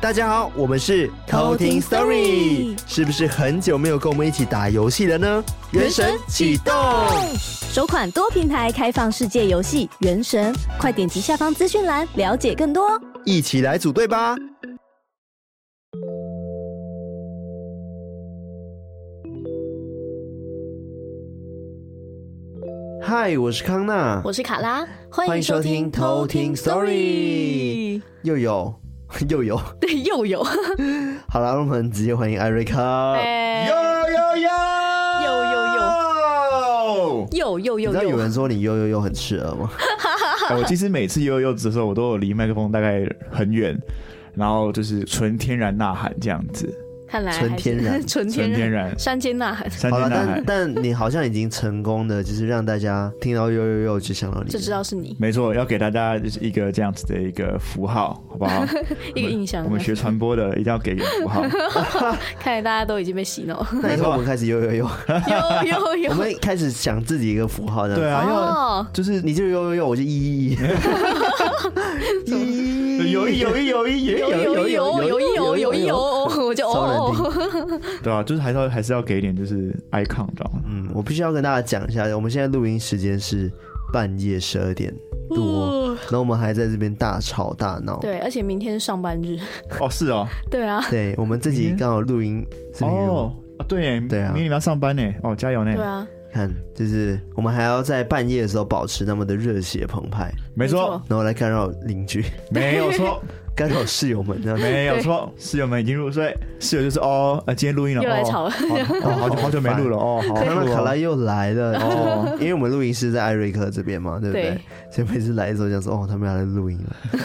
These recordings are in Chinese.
大家好，我们是偷听 Story 是不是很久没有跟我们一起打游戏了呢？原神启动，首款多平台开放世界游戏《原神》，快点击下方资讯栏了解更多哦。一起来组队吧！嗨，我是康娜，我是卡拉，欢迎收听偷听 Story 又有 又有，对，又有好了，让我们直接欢迎艾瑞卡。哎呦呦呦呦呦！又又你又知道有又人，说你呦呦呦很刺耳吗？哎我其实每次悠悠的时候，我都有离麦克风大概很远，然后就是纯天然呐喊这样子，看来纯还是天然纯纯天天然，然，山间呐喊，三好天了，呐但 喊，但你好像已经成功的，就是让大家听到呦呦呦就想到你就。知道是你没错，要给大家就是一个这样子的一个符号，好不好？一个印象我。们学传播的一定要给个符号，看来大家都已经被洗脑，那以后我们开始呦呦呦，又又我又们开始想自己一个符号这样子对啊，要哦，就是你就呦呦呦， 我就一一一一，有一有一有一也有有有有有有有，我就超难哦听哦。对啊，就是还是要还是要给一点就是 icon，知道吗？嗯，我必须要跟大家讲一下，我们现在录音时间是半夜十二点多，哦，然后我们还在这边大吵大闹。对，而且明天是上班日，哦，是哦，对啊，对，我们自己刚好录音是明天哦，啊对耶，对啊明天你们要上班呢，哦，加油呢对，啊，看，就是我们还要在半夜的时候保持那么的热血澎湃，没错，哦然后来干扰邻居、没有错。干扰室友们，这样子。没有错，室友们已经入睡，室友就是哦，呃，今天录音了，又来吵哦了， 好好久好久没录了哦，好卡拉卡拉好又来了哦 哦，因为我们录音室在艾瑞克这边嘛，对不对？对所以每次来的时候讲说，哦，他们要来录 音了。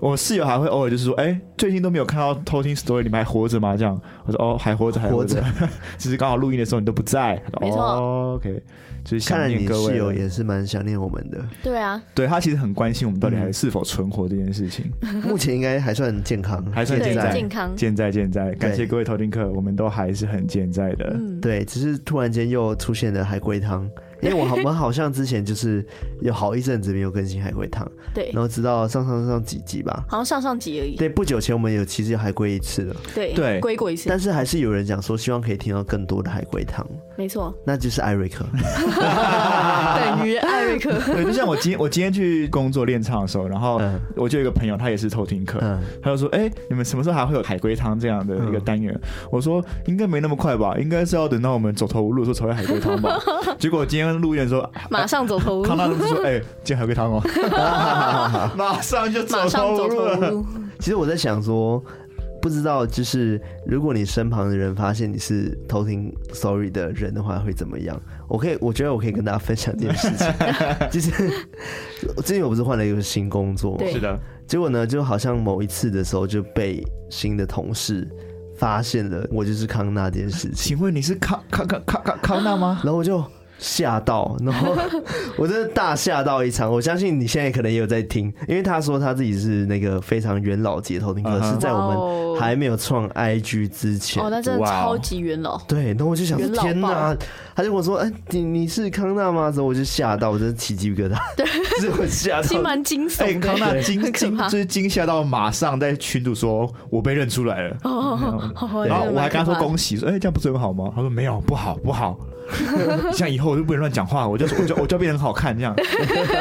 我室友还会偶尔就是说，哎，最近都没有看到偷听 story，你们还活着吗？这样，我说哦，还活着，还活着活， 只是刚好录音的时候你都不在，没错哦，OK，就是看想来念你各室友位。也是蛮想念我们 的，对啊，对他其实很关心我们到底还是否存活这件事情，目前应该还算健康，还算对健在健嗯康，健在健在，感谢各位偷听客，我们都还是很健在的。嗯，对，只是突然间又出现了海龟汤， 因为我好我们好像之前就是有好一阵子没有更新海龟汤，对然，后直到上上上几集吧。好像上上集而已，对，不久前我们有其实有海龟一次了，对对归过一次，但是还是有人讲说希望可以听到更多的海龟汤，没 错，那就是艾瑞克。等于艾瑞 克，对，就像我今我今天去工作练唱的时候，然后嗯我就有一个朋友，他也是偷听 客，嗯，他就说：“哎、你们什么时候还会有海龟汤这样的一嗯个单元？”我说：“应该没那么快吧，应该是要等到我们走投无路的时候才会海 龟汤吧。”结果今天录音的时候，马上走投无康路，纳就说：“哎、今天海龟汤哦， 马上就马走上投走投无路无了。路，其实我在想说，不知道就是如果你身旁的人发现你是偷听 story 的人的话，会怎么样？我可以，我觉得我可以跟大家分享这件事 情。就是我最近我不是换了一个新工作嘛，对”是的，结果呢，就好像某一次的时候就被新的同事发现了我就是康纳这件事 情，请问你是康康康康康康纳吗？然后我就。吓到，然 后我真的大吓到一场。我相信你现在可能也有在听，因为他说他自己是那个非常元老级的偷听客嗯哼是 在我们们还没有创 IG 之前。哦，那真的哇超哦级元老，对，然后我就想说，元老天哪爆！他就跟我说：“哎、你你是康纳吗？”之后我就吓到，我真的起鸡皮疙瘩，对，是我吓其实到。蛮惊 哎、悚康纳的，惊很可惊怕就是惊吓到，马上在群主说：“我被认出来了。”哦，哦然后真的我还蛮跟他可说怕恭喜，说哎、这样不是很好吗？他说没有，不好 不好，像以后我就不能乱讲话，我就我就我就要变得很好看这样，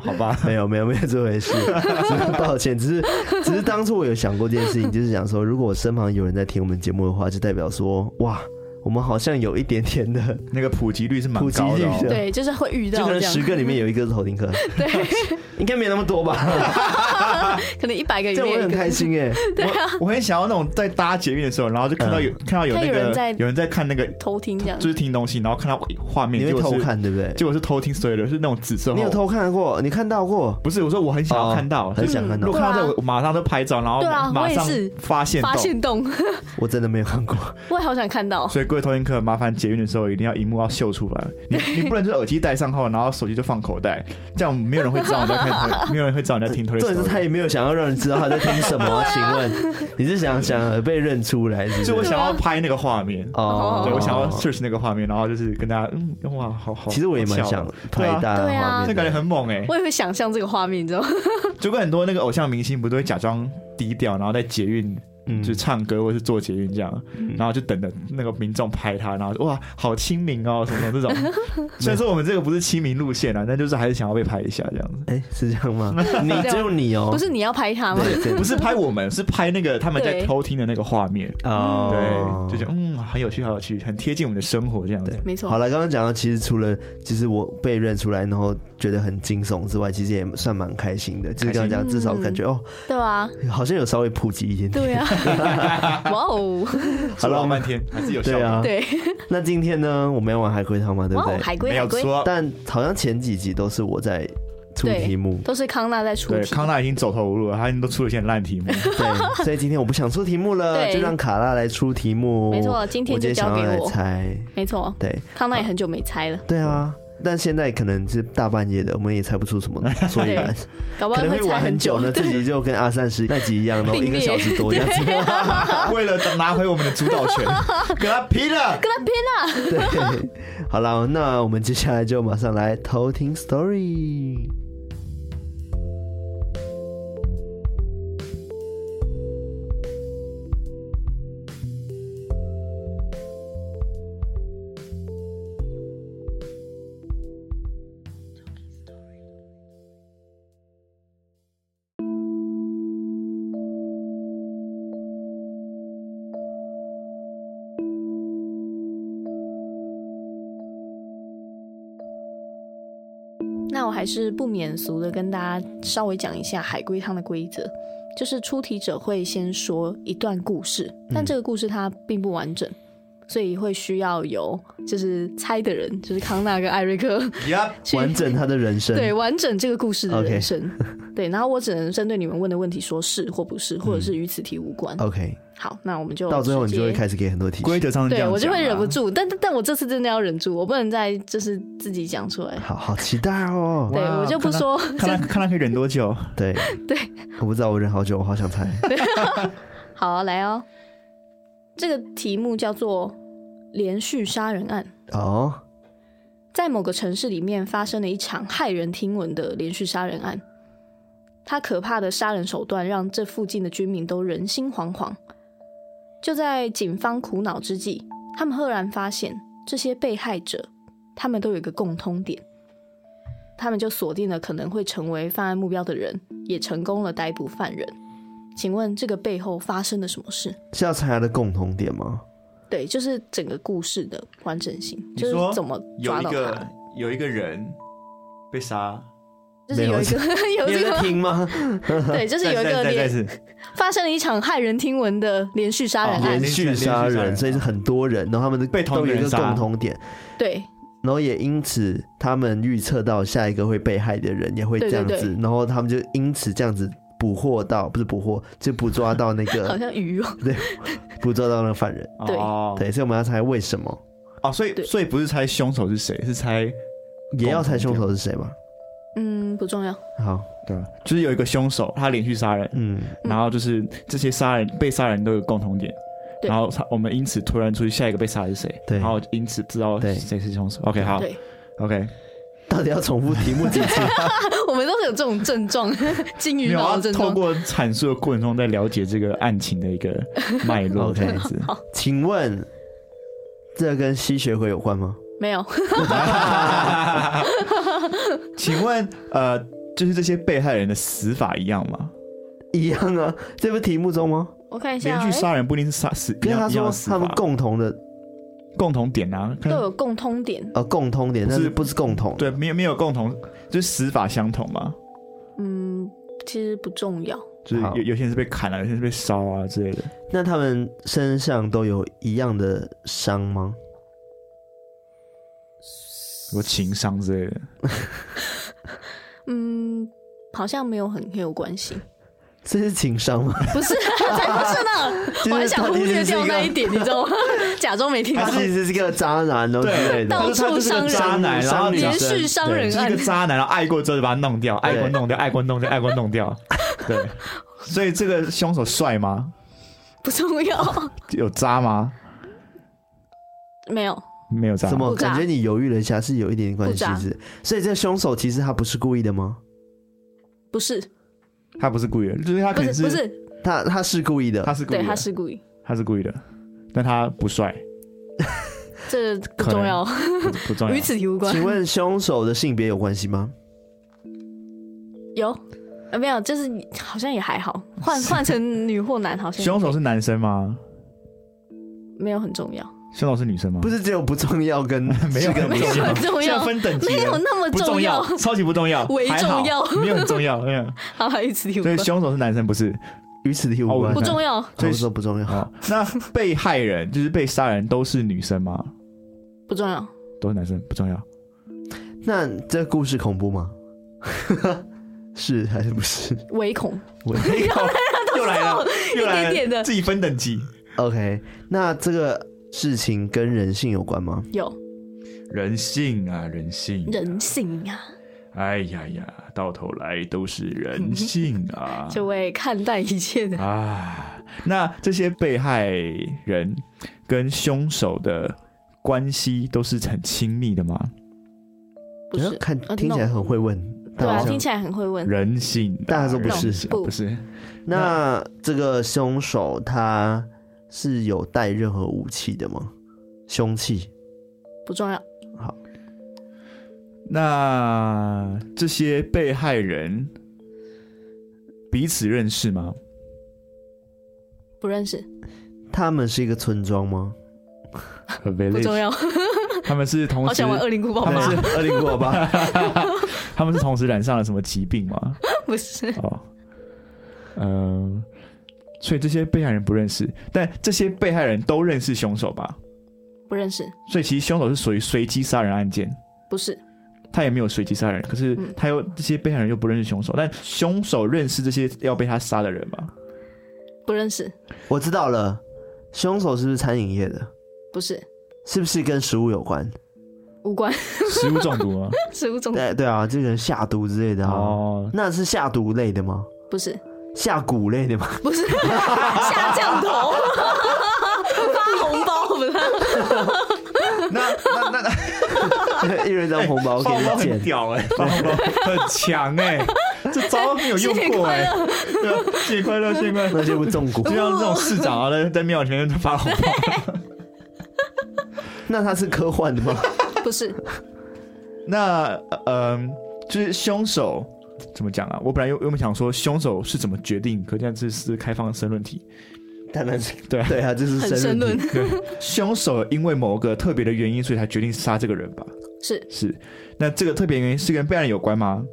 好吧？ 没有没有没有这回事， 只是抱歉，只是只是当初我有想过这件事情，就是想说，如果我身旁有人在听我们节目的话，就代表说，哇，我们好像有一点点 的，那个普及率是蛮普及高的、率哦是，对，就是会遇就到可这能十样，个里面有一个是头 顶客，对，应该没那么多吧？可能一百个里这样我面有很一开个。心哎、啊我我很想要那种在搭捷运的时候，然后就看到有、看到有那嗯看有个人在有人在看那个偷听这样就，是听东西，然后看到画面，你结会果偷是看对不对？结果是偷听所有的，是那种紫色画。你有偷看过？你看到过？不是，我说我很想要看到，哦就很是想看到如果看到这对个啊，我马上就拍照，然后对啊马我也上是发现发到。现洞， 我真的没有看过。我也好想看到。所以各各位偷听客，麻烦捷运的时候一定要荧幕要秀出来，你你不能就是耳机戴上后，然后手机就放口袋，这样没有人会知道你在看偷，没有人会知道你 在听偷重点听是。他也没有想要让人知道他在听什么 啊、请问你是想想被认出来是不是？所以我想要啊拍那个画面，哦，对我想要 search 那个画面，然后就是跟大家，嗯，哇，好好，其实我也蛮好笑想的拍大家的对啊画这面感的，觉很猛哎、欸，我也会想象这个画面，你知道吗？就跟很多那个偶像明星不都会假装低调，然后在捷运嗯就唱歌或是做捷运这样，然后就等着那个民众拍他，然后说哇好亲民哦什么什么这种。虽然说我们这个不是亲民路线啊，但就是还是想要被拍一下这样子。哎、是这样 吗？你只有你哦、啊不是你要拍他吗？对真的不 是拍我们，是拍那个他们在对偷听的那个画面。哦嗯对，就觉得嗯很有趣，很有趣，很贴近我们的生活这样子。没错。好了，刚刚讲到，其实除了就是我被认出来，然后觉得很惊悚之外，其实也算蛮开心的。就是刚刚讲，嗯至少感觉、哦，对啊，好像有稍微普及一点点。对啊， 哇哦，好了，半天还是有效对果，啊，对，那今天呢，我们要玩海龟汤嘛，对哇不哦，对？海龟没海有龟错。但好像前几集都是我在出对题目，都是康纳在出对，题，康纳已经走投无路了，他已经都出了一些 烂题目。对，所以今天我不想出题目了，对就让卡拉来出题目。没错今天我就今天交想给要来我猜，没错，对康纳也很久没猜了，对啊。但现在可能是大半夜的，我们也猜不出什么所以然，搞不 可好能会猜玩很久久呢，自己就跟阿三十那集一样，然后并一个列小时多这样 子。为了拿回我们的主导权，给他批了。啊对，好了，那我们接下来就马上来偷听 story。那我还是不免俗的跟大家稍微讲一下海龟汤的规则，就是出题者会先说一段故事，嗯但这个故事它并不完整，所以会需要由就是猜的人，就是康纳跟艾 瑞克 Yup 去完整他的人生， 对完整这个故事的 OK 人生。对，然后我只能针对你们问的问题说是或不是，或者是与此题无关。 ，OK，好，那我们就到最后你就会直接开始给很多提规示。则上是这对样我就讲会啊忍不住，但但但我这次真的要忍住，我不能再就是自己讲出来。好好期待哦！对哇我就不看他说，看他看他可以忍多久。对 对，我不知道我忍好久，我好想 猜。好、来哦。这个题目叫做“连续杀人案哦，”，在某个城市里面发生了一场骇人听闻的连续杀人案。他可怕的杀人手段让这附近的居民都人心惶惶。就在警方苦恼之际，他们赫然发现这些被害者，他们都有一个共通点，他们就锁定了可能会成为犯案目标的人，也成功了逮捕犯人。请问这个背后发生了什么事？是要猜它的共同点吗？对，就是整个故事的完整性，你就是说怎么有抓一到个他，有一个人被杀，就是有一个 有你一有在个听 吗？ 对，就是有一个再再再连次发生了一场骇人听闻的连续杀人哦案连，续杀人，所以是很多人，然后他们的被同一都个有一人个杀共同点，对然后也因此他们预测到下一个会被害的人也会这样对对子，然后他们就因此这样子捕获到，不是捕获，就捕抓到那呃 好个像鱼 哦，捕捉到那个犯人。对哦对，所以我们要猜为什么，哦，所以对所以不是猜凶手是谁，是猜也要猜凶手是谁嘛。嗯，不重要，好，对，啊就是有一个凶手，他连续杀人，嗯， 然后就是这些杀人被杀人都有共同点。对然后他我们因此推断出下一个被杀的是谁，对然后因此知道对谁是凶手。OK，好对， ，OK，到底要重复题目几次？ 我们都是有这种症状， 金没鱼有脑要的症透状。过阐述的过程中，在了解这个案情的一个脉 络 OK 这样子。请问这跟吸血鬼有关吗？没有，请问，呃，就是这些被害人的死法一样吗？一样啊，这不题目中吗？我看一下连哦，续哎杀人不一定是杀死一因为样他一样说的死他们法，共同的共同点啊，看哎都有共通点，呃共通点，不但是是不是共同？对，没有没有共同，就是死法相同嘛，嗯，其实不重要，就是好有有些人是被砍了、有些人是被烧啊之类的，那他们身上都有一样的伤吗？有情伤之类的。 嗯，好像没有很很有关系，这是情商吗？不是， 才不是 呢！我还想忽略掉那一点，你知道吗？假装没听他到。其实是个渣男哦之类对，的到。就是他就是个渣男，然后女连生续伤人就是一案个，渣男，然后爱过之后就把他弄掉，爱过弄掉，爱过弄掉，爱过弄掉。 对，所以这个凶手帅吗？不重要，有渣吗？没有，没有渣。怎么不渣感觉你犹豫了一下，是有一点点关系，不是渣不是？所以这凶手其实他不是故意的吗？不是，他不是故意的，就是他不可是能，不是，他他是故意的，他是故意对，的，他是故意，他是故意的，但他不帅，这不重要， 不不重与要。此题无关。请问凶手的性别有关系吗？有？呃，没有，就是好像也还好，换换成女或男好像凶手是男生吗？没有很重要，凶手是女生吗？不是只有不重要跟 没是有跟没不有重要很重现在要，分等级了没有那么不重要，超级不重要，为还好重要没有很重要。 嗯，好，与此题无所以关，凶手是男生 不是？与此题哦无我关不们，重要，所以说不重要。哦，那被害人就是被杀人都是女生吗？不重要，都是男生，不重 要。那这故事恐怖吗？ 是还是不是？唯恐我 又来了，又来了，一点点的自己分等级。 OK，那这个事情跟人性有关吗？有人性啊，人性，人性啊！。哎呀呀，到头来都是人性 啊这位看淡一切 的，啊，那这些被害人跟凶手的关系都是很亲密的吗？不是看呃听起来 no 很会问，对但好啊，像听起来很会问，人性啊，但还是不人是性啊不不是那这个凶手他是有带任何武器的吗？凶器？不重要，那这些被害人彼此认识吗？不认识，他们是一个村庄吗？不不重。要。他们是同好时想，玩恶灵古堡他们吗？是二零五八他们是同时染上了什么疾病吗？ 不是，哦，嗯、所以这些被害人不认识，但这些被害人都认识凶手吧？不认识，所以其实凶手是属于随机杀人案件，不是，他也没有随机杀人，可是嗯他又这些被害人又不认识凶手，但凶手认识这些要被他杀的人吧？不认识， 我知道了，凶手是不是餐饮业的？不是，是不是跟食物有关？无关， 食物中毒吗？食物中毒，对对啊，这个人下毒之类的啊。 哦，那是下毒类的吗？不是，下蛊类的吗？不是，下降头， 发红包不是，那那那 那一人一张红包给爆 包你很捡。屌哎、爆 包很强哎、 这招没有用过哎、对 啊，新年快乐，新年快乐那。就不中 蛊就像这种市长啊，在在庙里面发红包， 那他是科幻的吗？ 不是，那呃嗯、就是凶手怎么讲啊？我本来又又没想说凶手是怎么决定，可现在这是开放申论题，当然是对啊对啊，这是很申深论论题。，凶手因为某个特别的原因，所以才决定杀这个人吧？是是，那这个特别原因是跟被害人有关吗？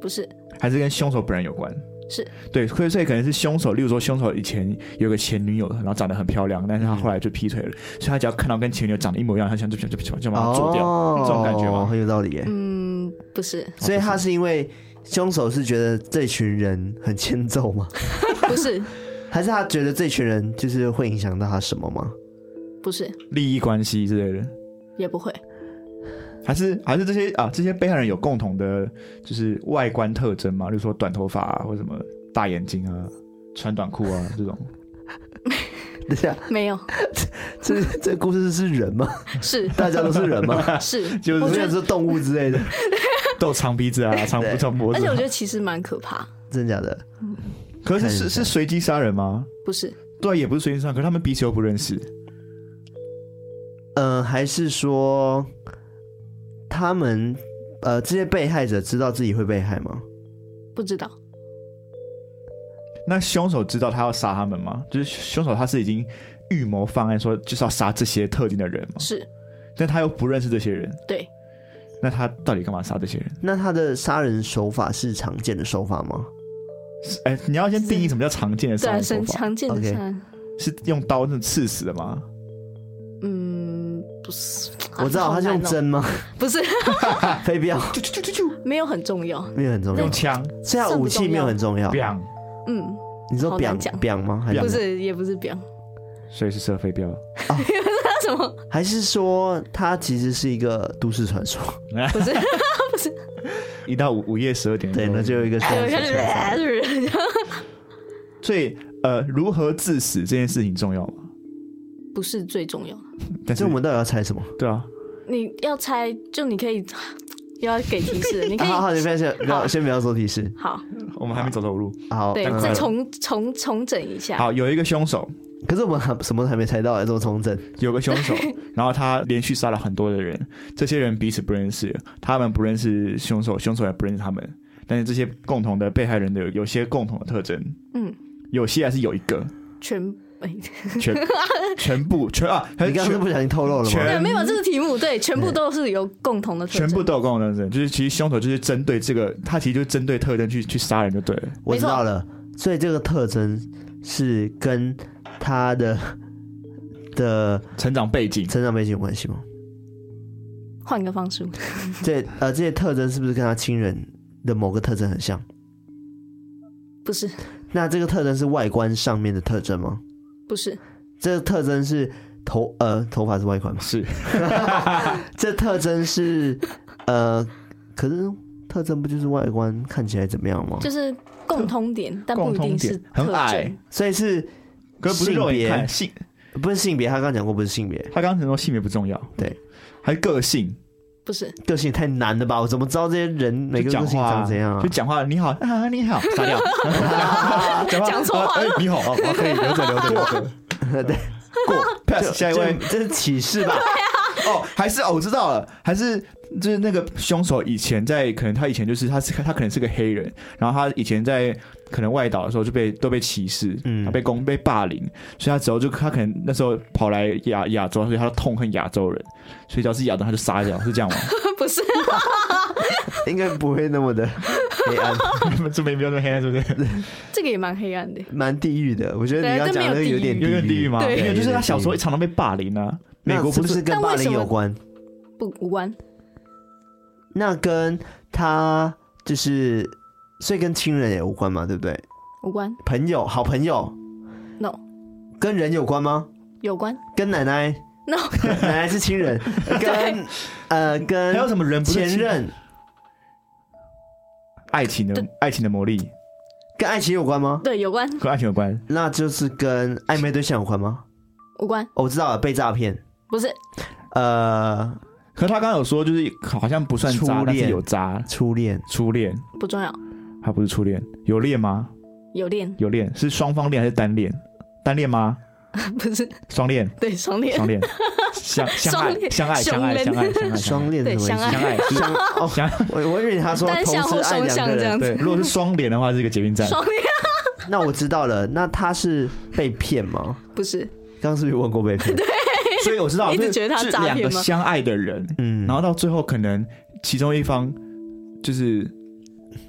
不是？还是跟凶手本人有关？是对，所以所以可能是凶手，例如说凶手以前有个前女友，然后长得很漂亮，但是嗯他后来就劈腿了，所以他只要看到跟前女友长得一模一样，他想就就就就就把他做掉，哦这种感觉吗很有道理耶。嗯，不是，所以他是因为凶手是觉得这群人很欠揍吗？ 不是，还是他觉得这群人就是会影响到他什么吗？ 不是，利益关系之类的，也不会，还是还是这些啊这些被害人有共同的就是外观特征嘛，例如说短头发啊，或什么大眼睛啊，穿短裤啊 这种，等一下，没有，这这故事是人吗？ 是大家都是人 吗？是，就是我我觉觉得得，是动物之类的，都长鼻子啊，长对长脖而子且我啊、觉得其实蛮可怕，真假的？可是看一下是是随机杀人吗？不是，对啊，也不是随机杀人，可是他们彼此又不认识。嗯、还是说他们呃这些被害者知道自己会被害吗？不知道，那凶手知道他要杀他们吗？就是凶手他是已经预谋方案说就是要杀这些特定的人嘛，是但他又不认识这些人，对，那他到底干嘛杀这些人？那他的杀人手法是常见的手法吗？是哎、你要先定义什么叫常见的对杀啊，人手很法，常见的啊 OK 杀人是用刀那刺死的吗？嗯，不是，啊我知道他是用，好难针 吗？哦不是飞镖啾啾啾啾啾，没有很重要，没有很重要用，枪虽然武器没有很重要， ，biang，嗯，你说好表难讲表吗？还不是是，也不是表，所以是射飞镖。那什么？还是说它其实是一个都市传说？不 是，一到午午夜十二点钟，对，那就有一个都对，市我传说。哎看所以呃，如何致死这件事情重要吗？ 不是最重要。但是这我们到底要猜什么？对啊，你要猜，就你可以又要给提示了，你可啊以好好，你先 先不要好先不要说提示。好，我们还没走投无路。好，对嗯，再重重重整一下。好，有一个凶手，可是我们还什么都还没猜到，来做重整。有个凶手，然后他连续杀了很多的人，这些人彼此不认识，他们不认识凶手，凶手也不认识他们，但是这些共同的被害人的有有些共同的特征，嗯，有些还是有一个，全全全部全啊，还你是刚刚是全不小心透露了吗？全对，没有这个题目，对，全部都是有共同的特全征。部都有共同特征，就是其实凶手就是针对这个，他其实就是针对特征去去杀人就对了，我知道了，所以这个特征是跟他的的成长背景，成长背景有关系吗？换个方式，这呃，这些特征是不是跟他亲人的某个特征很像？不是那这个特征是外观上面的特征吗？不是这个特征是头呃头发是外观吗？是这特征是呃，可是特征不就是外观看起来怎么样吗？就是共通点，但不哦共一通定是点，很特矮征。，所以是可是不是性肉眼别看性，不是性别？他刚刚讲过不是性别，他刚刚说性别不重要，对，还有个性，不是 个性太难了吧？我怎么知道这些人每就个讲个性话啊长怎样啊就？讲话，你好啊，你 好，杀掉，讲讲错话呃哎你好，哦哦可以留着留着留着，对，啊过就 pass 下一位就。这是启示吧？哦，还是哦，我知道了，还是就是那个凶手以前在，可能他以前就是他是他可能是个黑人，然后他以前在可能外岛的时候就被都被歧视，嗯嗯，被攻被霸凌，所以他之后就他可能那时候跑来亚亚洲，所以他痛恨亚洲人，所以只要是亚洲他就杀掉，是这 样吗？不是应该不会那么的黑暗，这边没有那么黑暗，是不是？这个也蛮黑暗的，蛮地狱的。我觉得你对刚这讲没那个有有地点狱有点地狱吗？对没有，就是他小时候有点地常常被霸凌啊。狱美国那是不不是是跟但为霸凌什么有关？不无关，那跟他就是，所以跟亲人也无关嘛，对不对？无关朋友，好朋友，no，跟人有关吗？有关跟奶奶，no， 奶奶是亲人，跟对呃还有跟什么人不是前亲任，爱情的对爱情的魔力跟爱情有关吗？对，有关跟爱情有关？那就是跟暧昧对象有关吗？无关，哦我知道了，被诈骗，不是呃，可是他刚刚有说，就是好像不算初渣，但是恋有渣。初恋，初恋，不重要，他不是初恋，有恋吗？有恋有恋是双方恋还是单恋？单恋吗？ 不是双恋，对双恋 双恋，相相双爱，恋相爱，相爱，相爱，相爱，双恋对是什相么意思？爱 相爱是相哦，相爱。我我以为他说单同向时或爱双两个向这样人，对，子，如果是双恋的话，是一个捷运站。双恋那我知道了，那他是被骗吗？不是刚刚是不是问过被骗？所以我知道，一直所以觉得他是诈骗两个吗相爱的人，嗯，然后到最后可能其中一方就是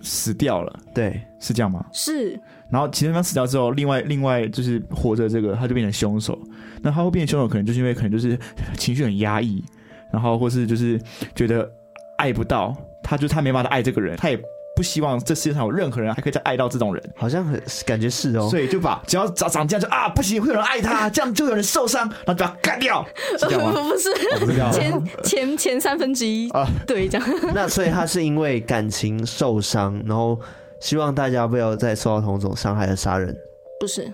死掉了，对，是这样吗？是然后其中一方死掉之后，另外另外就是活着这个，他就变成凶手。那他会变成凶手，可能就是因为可能就是情绪很压抑，然后或是就是觉得爱不到，他就他没办法爱这个人，他也不希望这世界上有任何人还可以再爱到这种人，好像很感觉是哦所。以就把只要长长这样就啊不行，会有人爱他，这样就有人受伤，然后就把他干掉，是这样吗？ 不是我不知道。 前前前三分之一啊对这样。 那所以他是因为感情受伤，然后希望大家不要再受到同种伤害而杀人。不是，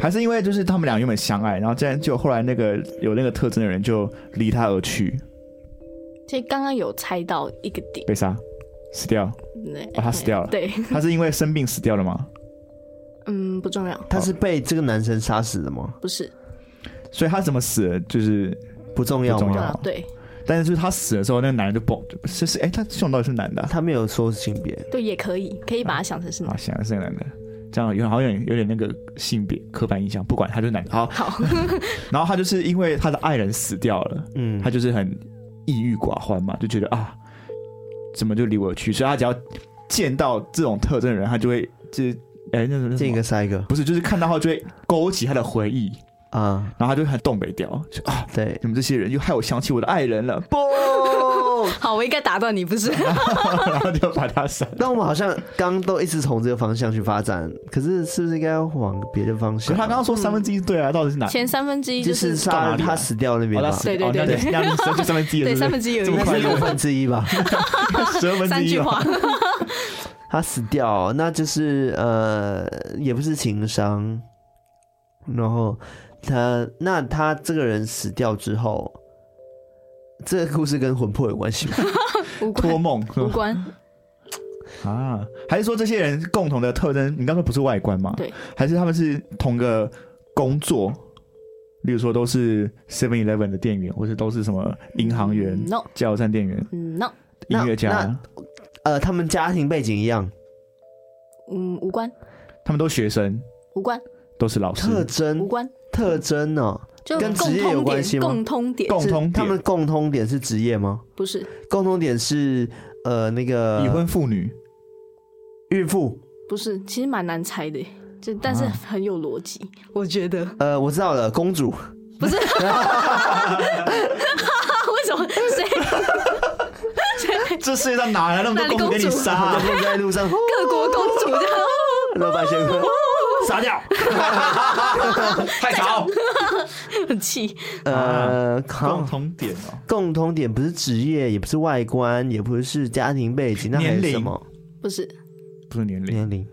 还是因为就是他们俩原本相爱，然后竟然就后来那个有那个特征的人就离他而去，其实刚刚有猜到一个点，被杀，死掉。对，哦他死掉了对，他是因为生病死掉了吗？嗯，不重要，他是被这个男生杀死的吗？不是，所以他怎么死的就是，不重要不重吗？要啊，对，但是就是他死的时候，那个男人就蹦，是是，哎、他凶到底是男的啊、他没有说性别，对，也可以，可以把它想成是嗯好，显然是个男的，这样有好像有点有点那个性别刻板印象，不管他就是男的。好，好， 然后他就是因为他的爱人死掉了，嗯他，就是很抑郁寡欢嘛，就觉得啊，怎么就离我而去？所以他只要见到这种特征的人，他就会就是，哎、那种见一个杀一个不是，就是看到后就会勾起他的回忆，啊，然后他就很东北调，就啊，对，你们这些人又害我想起我的爱人了，不。哦，好，我应该打断你，不是？ 然后就把它删。但我们好像刚刚都一直从这个方向去发展，可是是不是应该要往别的方可向？是他刚刚说三分之一是对啊，到底是哪？前三分之一就是是到杀哪人里他啊死掉那边哦，吧那，对对哦那对那那三三分之一对了是不是三分之一而已这 么那快是就六分之一吧？十二分三之一句吧话， 他死掉，那就是呃，也不是情伤，然后他那他这个人死掉之后，这个故事跟魂魄有关 系吗？无托关 梦嗯无关，啊？还是说这些人共同的特征？你刚说不是外观吗？对，还是他们是同个工作？例如说都是 Seven Eleven 的店员，或是都是什么银行员、 No 加油站店员、嗯，no，那音乐家那，呃，他们家庭背景一样，嗯，无关，他们都学生，无关，都是老师，特无征关，特征哦，就跟共职业有通关系点，吗共通点共是通点他们共通点是职业吗？不是共通点是呃那个已婚妇女。孕妇。不是，其实蛮难猜的，就但是啊很有逻辑，我觉得。呃，我知道了，公主。不是， 为什么谁这世界上哪来那么哪里多公主给你公主杀啊 啊？， 在路上，各国公主这样？老板先生杀 掉。太吵！很气，呃，共好，同点哦，共同点不是职业，也不是外观，也不是家庭背景，那还年是龄什么？不是不是年龄，年龄，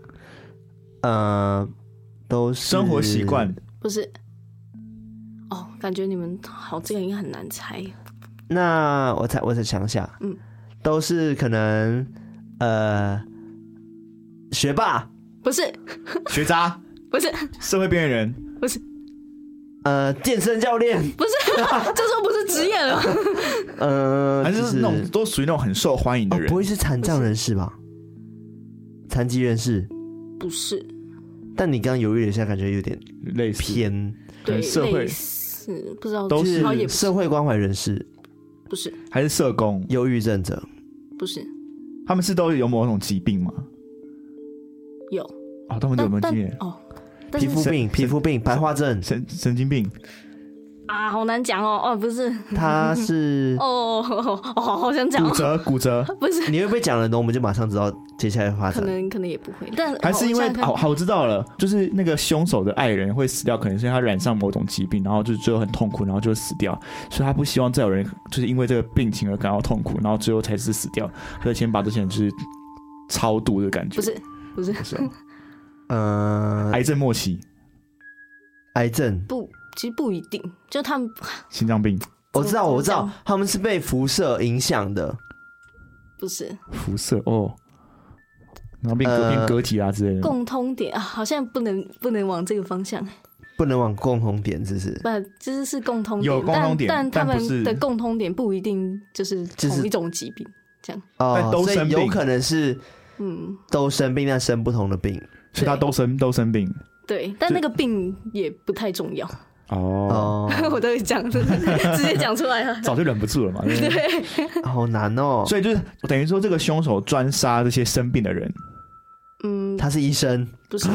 呃，都是生活习惯。不是。哦，感觉你们好，这个应该很难猜。那我再我再想一下，嗯都是可能呃，学霸，不是，学渣、不是，社会边缘人、不是，呃，健身教练，不是，这时候不是职业了，呃，还就是那种都属于那种很受欢迎的哦，人不，会是残障人士吧？残疾人士，不是，但你刚刚犹豫了一下，感觉有点类似偏，对，社会类似，不知道，都是好像也不是社会关怀人士、不是，还是社工，忧郁症者。不是他们是都有某种疾病吗？有，哦，他们有但没有但经验？哦，但皮是肤病，神皮肤病，白化症，神神经病，啊，好难讲哦，哦，不是，他 是哦，哦，哦好想讲骨哦，折，骨折， 不是，你会不会讲了呢？我们就马上知道接下来发可展。能可能也不会，但还是因为我想想看好好我知道了，就是那个凶手的爱人会死掉，可能是因为他染上某种疾病，然后就最后很痛苦，然后就死掉，所以他不希望再有人就是因为这个病情而感到痛苦，然后最后才是死掉，所以先把这些人就是超度的感觉，不是不是不是哦呃，癌症末期，癌症，不，其实不一定，就他们 心脏病、我知道，怎么我知道讲，他们是被辐射影响的。不是辐射哦，然后变隔呃变隔体啊之类的，共通点啊，好像不能不能往这个方向，不能往共同点，是不是？不，就是是共通点，有共通点但但但他不是们的共通点不一定就是就是同一种疾病，哦但，都所以生病有可能是嗯，都生病，但生不同的病。所以他都生都生病对，但那个病也不太重要，哦，哦， 我都会讲， 直接讲出来啊了， 早就忍不住了嘛。对不对好难哦。 所以就是等于说，这个凶手专杀这些生病的人，嗯，他是医生，不 是，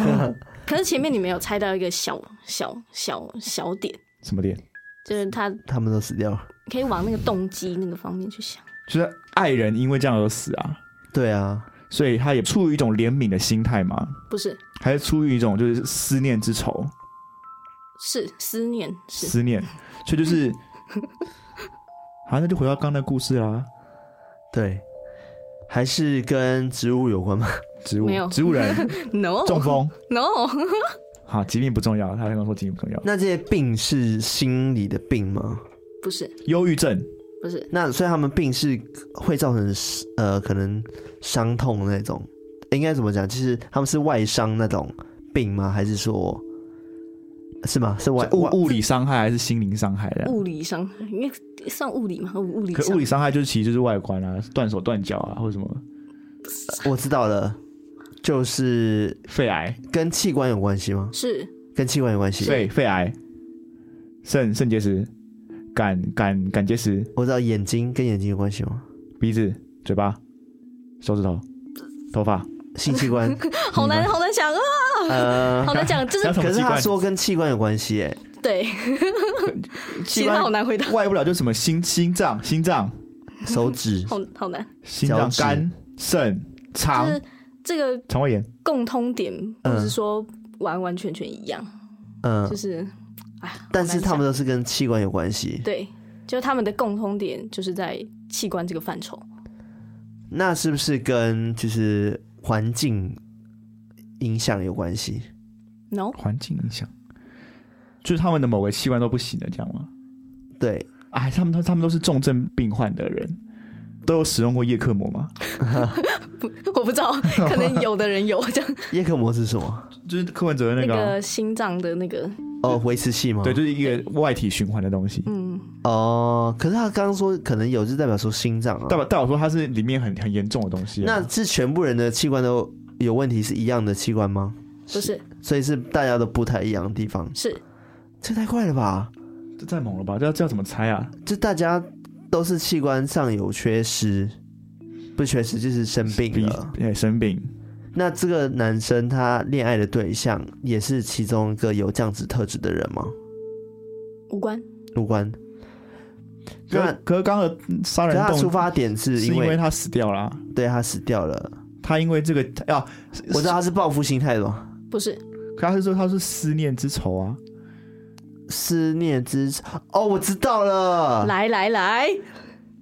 可是前面你没有猜到一个小小小小点，什么点？就是他他们都死掉了。可以往那个动机那个方面去想，就是爱人因为这样而死啊，对啊，所以他也出于一种怜悯的心态嘛，不是还是出于一种就是思念之仇，是思念是。思念，所以就是， 好、那就回到刚刚的故事啦，对，还是跟植物有关吗？ 植物没有，植 物人 No 中风， No，好，疾病不重要，他刚刚说疾病不重要，那这些病是心理的病吗？不是忧郁症，不是那所以他们病是会造成呃可能伤痛的那种，应该怎么讲？就是他们是外伤那种病吗？还是说是吗？是外是物外物理伤害还是心灵伤害的？物理伤，应该算物理嘛？物理可伤物理伤害就是其实就是外观啊，断手断脚啊，或者什么我知道了，就是肺癌、跟器官有关系吗？是跟器官有关系。肺肺癌、肾肾结石、胆胆胆结石、我知道眼睛跟眼睛有关系吗？鼻子、嘴巴、手指头、头发，性器官， 好难好难想啊，呃，好难 讲，就还有是什可么是器他官？说跟器官有关系，哎，对，器其他好官难回答。外不了就什么心心脏、心脏、手指、好好难，心脚、脏趾肝、肾、肠就、是这个肠胃炎。共通点嗯不是说完完全全一样，嗯就，是哎，但是好难他们讲都是跟器官有关系，对，就是他们的共通点就是在器官这个范畴。那是不是跟就是环境影响有关系？ No， 环境影响，就是他们的某个器官都不行了，这样吗？对，哎，他们都他们都是重症病患的人，都有使用过叶克膜吗？我不 知道，可能有的人有这样。叶克膜是什 么？就是柯文哲的那那个啊、个心脏的那个，哦，维持器吗？对，就是一个外体循环的东西。嗯，哦，可是他刚刚说可能有，就代表说心脏啊，代表代表说它是里面很很严重的东西、啊。那是全部人的器官都有问题，是一样的器官吗？不是，所以是大家都不太一样的地方，是这太快了吧？那这太猛了吧？这要这要怎么猜啊？就大家都是器官上有缺失，不缺失就是生病啊了。比哎生病，那这个男生他恋爱的对象也是其中一个有这样子特质的人吗？无关。无关。那可可是刚刚的杀可人他的动出发点是是因因为为他死掉了啊、对他死掉了，他因为这个啊，我知道他是报复心态的嘛，不是，可他是说他是思念之仇 啊。思念之哦，我知道了，来来来，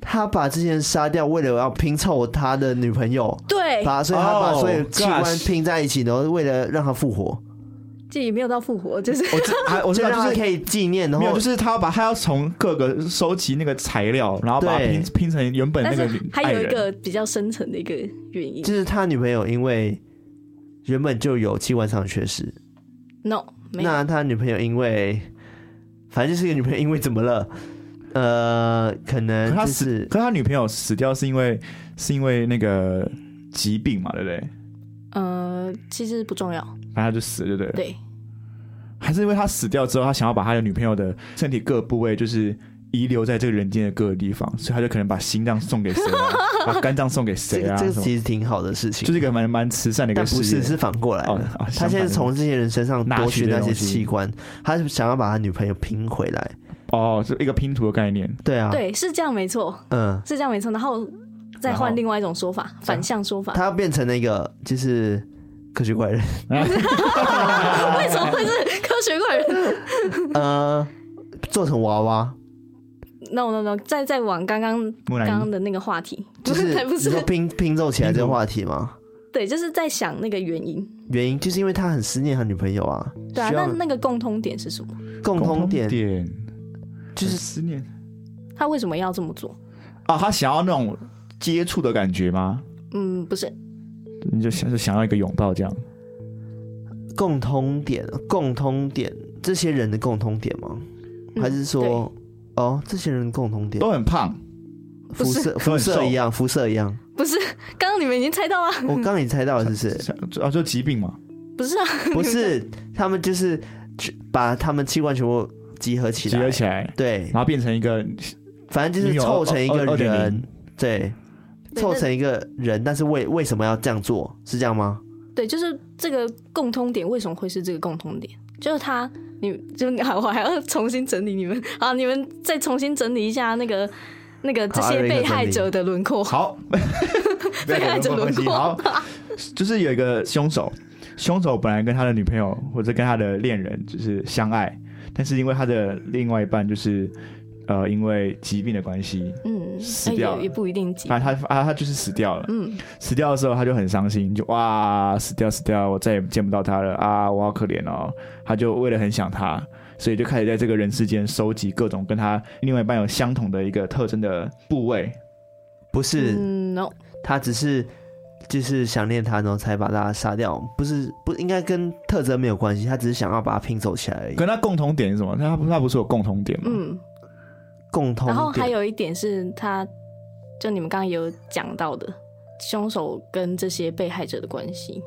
他把之前杀掉，为了要拼凑他的女朋友，对，把所以他把 Oh, 所有器官 gosh. 拼在一起，然后为了让他复活，这也没有到复活，就是我知啊，我知就道让就他是可以纪念，然没后有，就是他要把他要从各个收集那个材料，然后把它对拼拼成原本但那是个还爱有一人。个比较深层的一个原因就。是他女朋友因为原本就有器官上的缺失， No，没有，那他女朋友因为反正就是一个女朋友因为怎么了，呃，可可能他就死，是可他女朋友死掉是因为是因为那个疾病嘛，对不对？呃，其实不重要。反正他就死了，对不对？对，还是因为他死掉之后，他想要把他的女朋友的身体各部位就是遗留在这个人间的各个地方，所以他就可能把心脏送给谁啊， 把肝脏送给这谁个啊，这个什么其实挺好的事情，就是一个蛮蛮慈善的一但个不事是业。是反过来哦的。哦，他现在相反的从这些人身上拿夺取取这那些些东西器官，他是想要把他女朋友拼回来。哦，就一个拼图的 概念。对啊，对，是这样没错，嗯，是这样没错。然后再然换后另外一种说法，反向说法。他要变成那个就是科学怪人， 为什么会是科学怪人 呃，做成娃娃， ？No No No，再再往刚刚木刚乃刚伊，的那个话题，就 才是不你是说，拼拼凑起来这个话题吗？对，就是在想那个原因。原因就是因为他很思念他女朋友啊，对啊，需那要那个共通点是什么？共通点点就就是思念他为什么要这么做？啊，他想要那种接触的感觉吗？嗯，不是，你就想就想要一个拥抱这样。共通点，共通点，这些人的共通点吗？嗯还是说，哦，这些人的共通点都很胖，辐是射都辐很瘦射一样，辐射一 样。不是，刚刚你们已经猜到了，我刚刚也猜到了，是 不像就啊就疾病嘛，不是啊？是？不是，他们就是去把他们器官全部集合起集来，合起来，对然，后变成一个反正就女是友凑成一个二二点零人，对，对凑那成一个人，但是为为什么要这样做？是这样吗？对，就是这个共通点为什么会是这个共通点？就是他，你就你，我还要重新整理你们 啊，你们再重新整理一下那个那个这好些艾瑞克被害整理者的轮廓。好， 不要被害讲者轮轮廓廓好， 就是有一个凶手，凶手本来跟他的女朋友或者跟他的恋人就是相爱，但是因为他的另外一半就是呃因为疾病的关系，嗯，死哎掉了也也不一定急。反正他啊他就是死掉了。嗯，死掉的时候他就很伤心，就哇死掉死掉，我再也见不到他了啊，我好可怜哦。他就为了很想他，所以就开始在这个人世间收集各种跟他另外一半有相同的一个特征的部位，不是，嗯，no，他只是就是想念他，然后才把他杀掉，不是不应该跟特征没有关系，他只是想要把他拼凑起来而已。跟他共同点是什么？他他不是有共同点吗？嗯，共通然后还点有一点是他，就你们刚刚也有讲到的，凶手跟这些被害者的关系。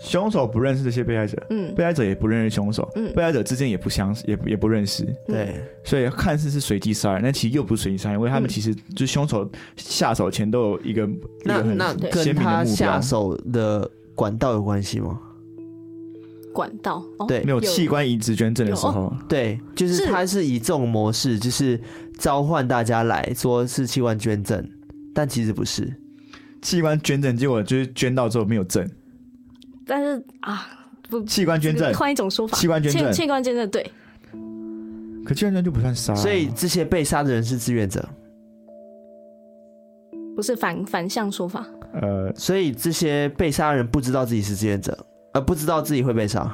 凶手不认识这些被害者，嗯，被害者也不认识凶手，嗯被害者之间也不相也不也不认识，对，所以看似是随机杀人，但其实又不是随机杀人，因为他嗯们其实就是凶手下手前都有一个一那个很那对跟鲜明的他目标下手的管道有关系吗？管道。哦、对没有器官移植捐赠的时哦候，对，就是是他是以这种模式，就是召唤大家来说是器官捐赠，但其实不是。器官捐赠结果就是捐到之后没有赠，但是啊，器官捐赠，换一种说法，器官捐赠器官捐赠，对，可器官捐赠就不算杀啊，所以这些被杀的人是志愿者，不是反反向说法。呃，所以这些被杀的人不知道自己是志愿者，而不知道自己会被杀。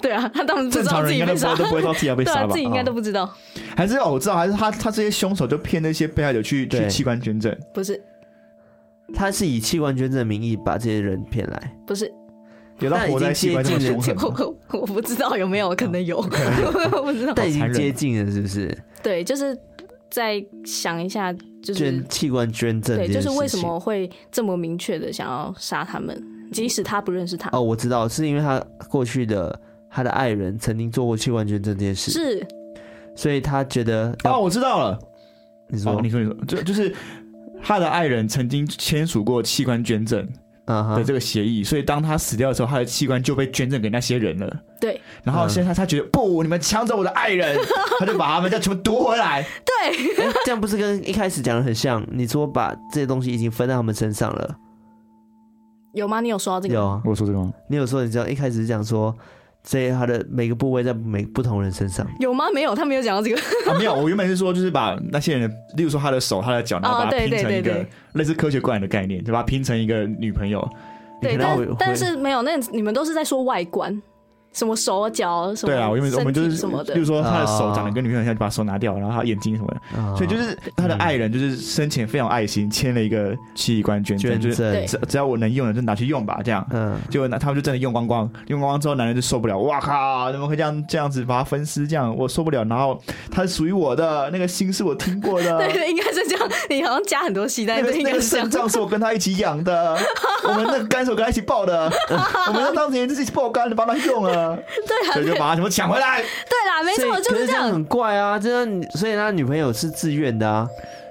对啊，他当时不正知常道自人己应该被都不杀会，都不会知道自己要被对杀啊，吧哦自己？应该都不知道，还是哦，我知道，还是他他这些凶手就骗那些被害者去去对器官捐赠，不是他是以器官捐赠的名义把这些人骗来，不是，有到活在器官这么凶狠我吗？我我不知道有没有可能有， 我不知道。但已残经接忍近了，是不是？对，就是再想一下，就是捐器官捐赠这对，件就事是情，为什么会这么明确的想要杀他们，即使他不认识他，哦，我知道，是因为他过去的他的爱人曾经做过器官捐赠这件事，是所以他觉得要、哦，我知道了，你说，哦，你说你说，就就是他的爱人曾经签署过器官捐赠嗯的哼，这个协议，所以当他死掉的时候，他的器官就被捐赠给那些人了。对然后现在他他觉得不，你们抢走我的爱人，他就把他们家全部夺回来。对， 哎这样不是跟一开始讲的很像？你说把这些东西已经分到他们身上了，有吗？你有说到这嗯个？有啊， 我说这个吗？你有说你知道一开始是讲说，这他的每个部位在每不同人身上，有吗？没有，他没有讲到这个。啊，没有，我原本是说就是把那些人，例如说他的手、他的脚，然后把哦它对拼成一对对个对类似科学怪人的概念，就把它拼成一个女朋友。你对，可能会会但但是没有，那你们都是在说外观，什么手脚，什么对啊，我原本我们就身是体什么，的例如，说他的手啊长得跟女朋友很像，就把手拿掉，然后他眼睛什么的，啊所以就是他的爱人就是生前非常有爱心，签了一个器官捐赠，捐就是赠对，只只要我能用的就拿去用吧，这样。嗯，结果呢，他们就真的用光光，用光光之后，男人就受不了，哇靠，怎么会这样这样子把它分尸？这样我受不了。然后它是属于我的，那个心是我听过 的，对对，应该是这样。你好像加很多戏，但 那个是应那该个是这肾样。脏是我跟他一起养 的，我们那个肝是我跟他一起爆的，我们当年自己爆肝的，把它用了， 对啊，所以对就把它全部抢回来。对啦，没所以错，就可是这样。很怪啊，这样你，所以他女朋友是自愿的 啊，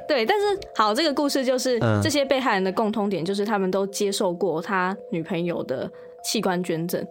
对，但是好，这个故事就是、嗯这些被害人的共通点，就是他们都接受过他女朋友的器官捐赠。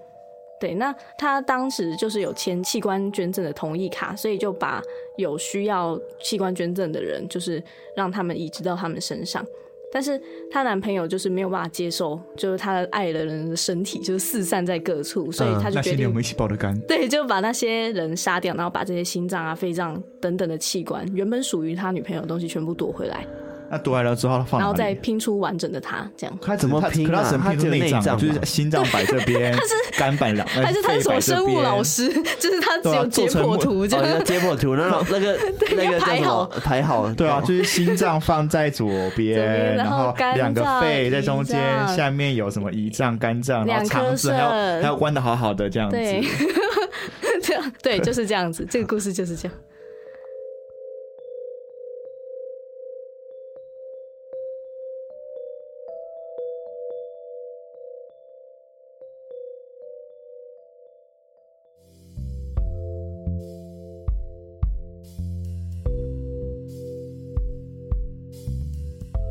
对，那他当时就是有签器官捐赠的同意卡，所以就把有需要器官捐赠的人，就是让他们移植到他们身上。但是她男朋友就是没有办法接受，就是她的爱的人的身体就是四散在各处，所以嗯他就那决些年定、我们一起爆的肝，对，就把那些人杀掉，然后把这些心脏啊、肺脏等等的器官，原本属于他女朋友的东西全部夺回来， 那夺回来之后他放然后哪再里？啊拼出完整的他，这样。他怎么拼啊可他只能拼出内他只有脏，内脏就是心脏摆这 边，肝摆两，还是他肺是什摆么哎这生物啊边老师？就是他只对啊有解做成剖木图这哦，样要。解剖图，那 种那个那个叫排什么好排好，对啊，哦就是心脏放在左 左边，边然然后后肝两个脏肺在胰中间，脏下面有什么胰脏、肝脏，然两后颗肠子，还有肾还有关的好好的这样子。对，这样 对，就是这样子。这个故事就是这样。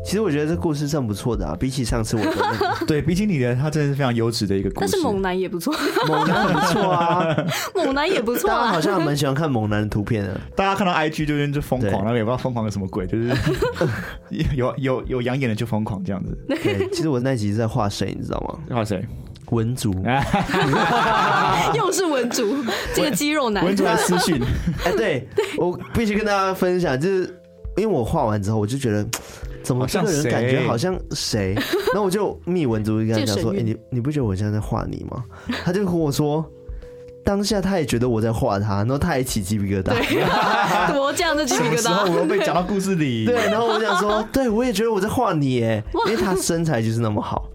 其实我觉得这故事算不错的啊，比起上次我的那个 对，比起你的，它真的是非常优质的一个故事。但是猛男也不错， 猛男很不错啊，猛男也不错大家啊好。像还蛮喜欢看猛男的图 片的，大家看到 IG 就就疯对狂，那个也不知道疯狂个什么鬼，就是 有有有养眼的就疯狂这样子。对，其实我那集是在画谁，你知道吗？那谁？文竹，又是文竹，这个肌肉男啊文。竹来私 讯，哎，对我必须跟大家分享，就是因为我画完之后，我就觉得怎么好这像个人感觉谁好像 谁，然后我就密文竹就跟他讲说，借神哎，韵你你不觉得我像在画你吗？ 他就跟我说。当下他也觉得我在画他，然后他也起鸡皮疙瘩。 怎么这样就鸡皮什么疙时候瘩？我又被讲到故事里？哎对，然后我想 说，对我也觉得我在画你耶，因为他身材就是那么好。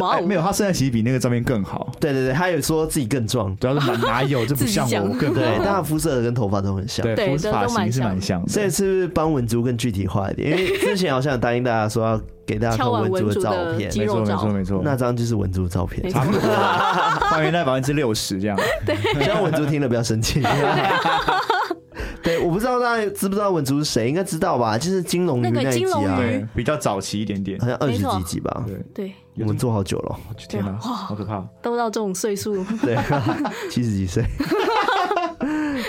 哇哎，哦没！有，他身材其实比那个照片更好，对对对，他有说自己更壮，主要是哪哪有，这不自己像讲我，我更对，但好他肤色跟头发都很像。对，对肤这发都型蛮是蛮像像的。所以是不是帮文竹更具体化一点？因为之前好像有答应大家说要给大家看敲完文文竹竹的照的片，肌没肉错没照错没错，那张就是文竹的照片没。差不 多啊，还原在百分之六十这样。 希望文竹听了不要生气。对，我不知道大家知不知道文竹是谁，应该知道吧？就是金龙鱼那个一金集龙啊，鱼对，比较早期一点点好。像二没十错几集吧。对，对，我们做好久 了，我去天哪，哇好可怕！都到这种岁数，对，七十几 岁，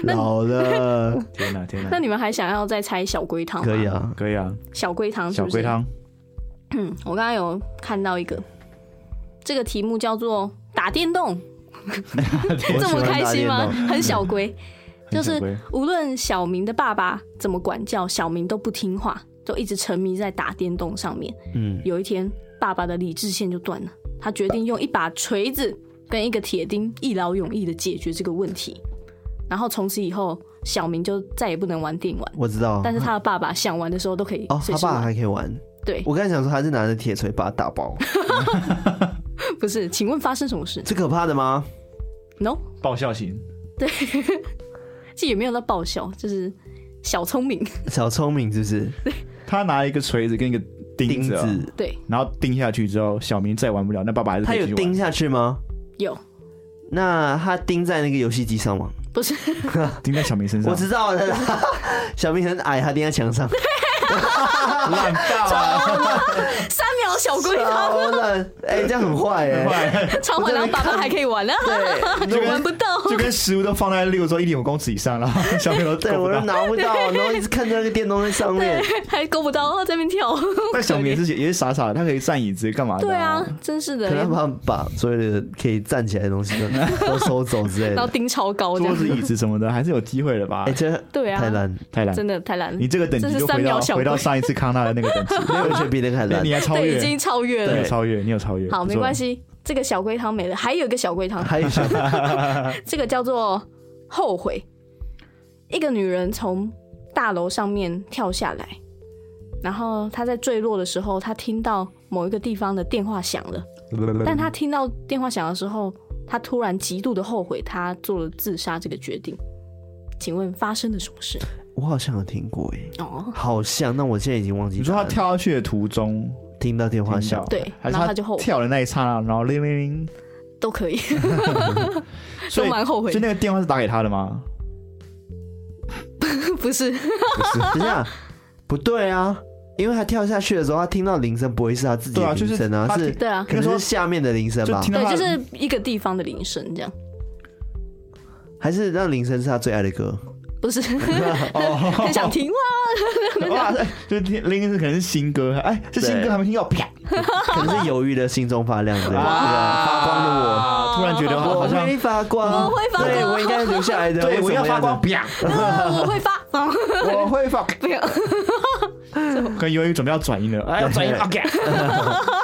老了，天哪，天那哪！你们还想要再猜小龟汤吗？可以 啊。可以啊，小龟汤是小不是？龟汤，嗯，我刚刚有看到一个，这个题目叫做“打电动”，这么开心吗？很小龟，就很小是龟无论小明的爸爸怎么管教，小明都不听话，就一直沉迷在打电动上面。嗯，有一天，爸爸的理智线就断了，他决定用一把锤子跟一个铁钉一劳永逸的解决这个问题。然后从此以后，小明就再也不能玩电玩，我知道。但是他的爸爸想玩的时候都可以哦，随他时爸玩。还可以玩。对，我刚才想说，他是拿着铁锤把他打爆，不是，请问发生什么事这可怕的吗？ ？No，爆笑型，这也没有到爆笑，就是小聪 明。小聪明是不是？他拿一个锤子跟一个钉钉子啊，子，对，然后钉下去之后，小明再玩不了，那爸爸还是他可以有继续玩钉下去吗？有那他钉在那个游戏机上吗？不是钉在小明身上我，知道 了啦，小明很矮，他钉在墙上，烂爆啊！ 三秒小龟汤， 超冷，哎、这样很坏哎、超完然后爸爸还可以玩啊， 就玩不跟到。 就跟食物都放在例如说一点五公尺以 上，然后小朋友都对，够我不都到。拿不到，然后一直看着那个电动在上面，还够不到，哦在那边 跳。那小明也是也是傻傻的，他可以站椅子干嘛的？对啊，，真是的可。能他把所有的可以站起来的东西都都收走之 类然后的。钉超高这桌样，子椅子什么的，还是有机会的吧哎、？这对啊太烂，太 烂，真的太烂了你。这个等级这就回到是三秒小回到上一次康纳的那个 等级，没有我觉得比那个还烂 你。还超对，越已，经超越你有了。超越，你有超越。好，不没错关。系。这个小龟汤没了，还有一个小龟汤，还有什么？这个叫做后悔。一个女人从大楼上面跳下来，然后她在坠落的时候，她听到某一个地方的电话响 了。但他听到电话响的时候，他突然极度的后悔，他做了自杀这个决定。请问发生了什么事？我好像有听过哎、哦，好像，那我现在已经忘记。啊你说他跳下去的途中听到电话听 响到，对还是然后他就后悔跳的那一刹那，然后铃铃铃，都可以，所都以蛮后悔所以。那个电话是打给他的吗？ 不是，等一下，不对啊，因为他跳下去的时候，他听到铃声不会是他自己对的啊就是铃声啊，他是对啊，可能是下面的铃声就吧，听到对，他的就是一个地方的铃声这样，还是让铃声是他最爱的 歌？不 是哦很想听哇？哇，哎就是听铃铃是可能是新歌，哎，这新歌还没听到，啪，可能是犹豫的心中发亮，对，对哇啊发光的我。啊突然觉得我好像会发光，我会发光对我应该留下来的。对为我什要么发呢光，，啪，我会 发，我会发，不要， 可能由于准备要转音了，哎，要转音，OK，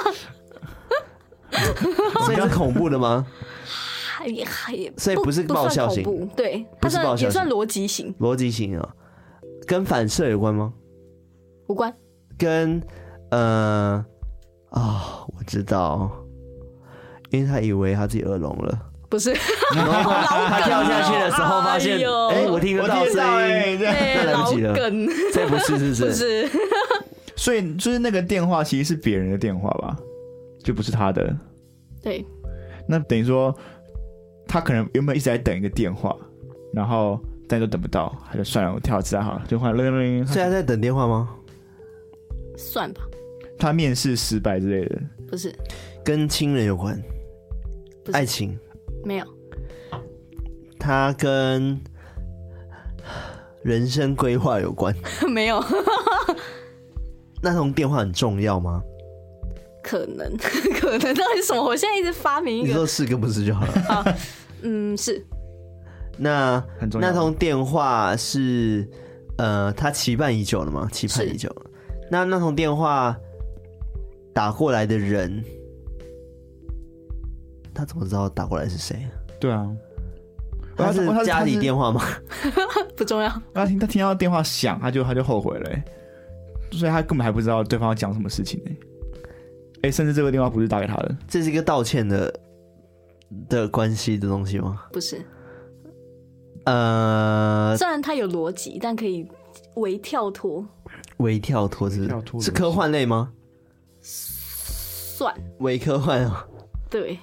所以是恐怖的吗？也也，所以不是爆笑算恐型怖，对，不它是爆算笑也算型逻辑型，逻辑型啊，跟反射有关吗？无关。跟呃啊，我知道，因为他以为他自己耳聋 了，不是，然后他跳下去的时候发现哎，呦哎，我听得到听到声哎，音，这样对，来老不及了梗，这不是是不不是？是，所以就是那个电话其实是别人的电话吧，就不是他的。对，那等于说，他可能原本一直在等一个电话，然后但都等不到，他就算了，我跳自杀好了，就换铃铃铃。所以他在等电话吗？算吧，他面试失败之类的，不是，跟亲人有关，不是爱情，没有， 他跟人生规划有关。没有，那通电话很重要吗？可能，可能到底是什么？我现在一直发明你一个，说是跟不是就好 了。嗯，是那很重要那通电话是呃，他期盼已久了吗？期盼是已久了。那那通电话打过来的人，他怎么知道打过来是谁？对啊。他是他家里电话吗？ 不重要，他听他听到电话响，他就他就后悔了、欸所以他根本还不知道对方要讲什么事情呢、欸。哎、甚至这个电话不是打给他的，这是一个道歉的的关系的东西吗？不是。呃，虽然它有逻辑，但可以微跳脱，微跳脱是不微是跳脱是逻辑科幻类吗？算伪科幻啊？对，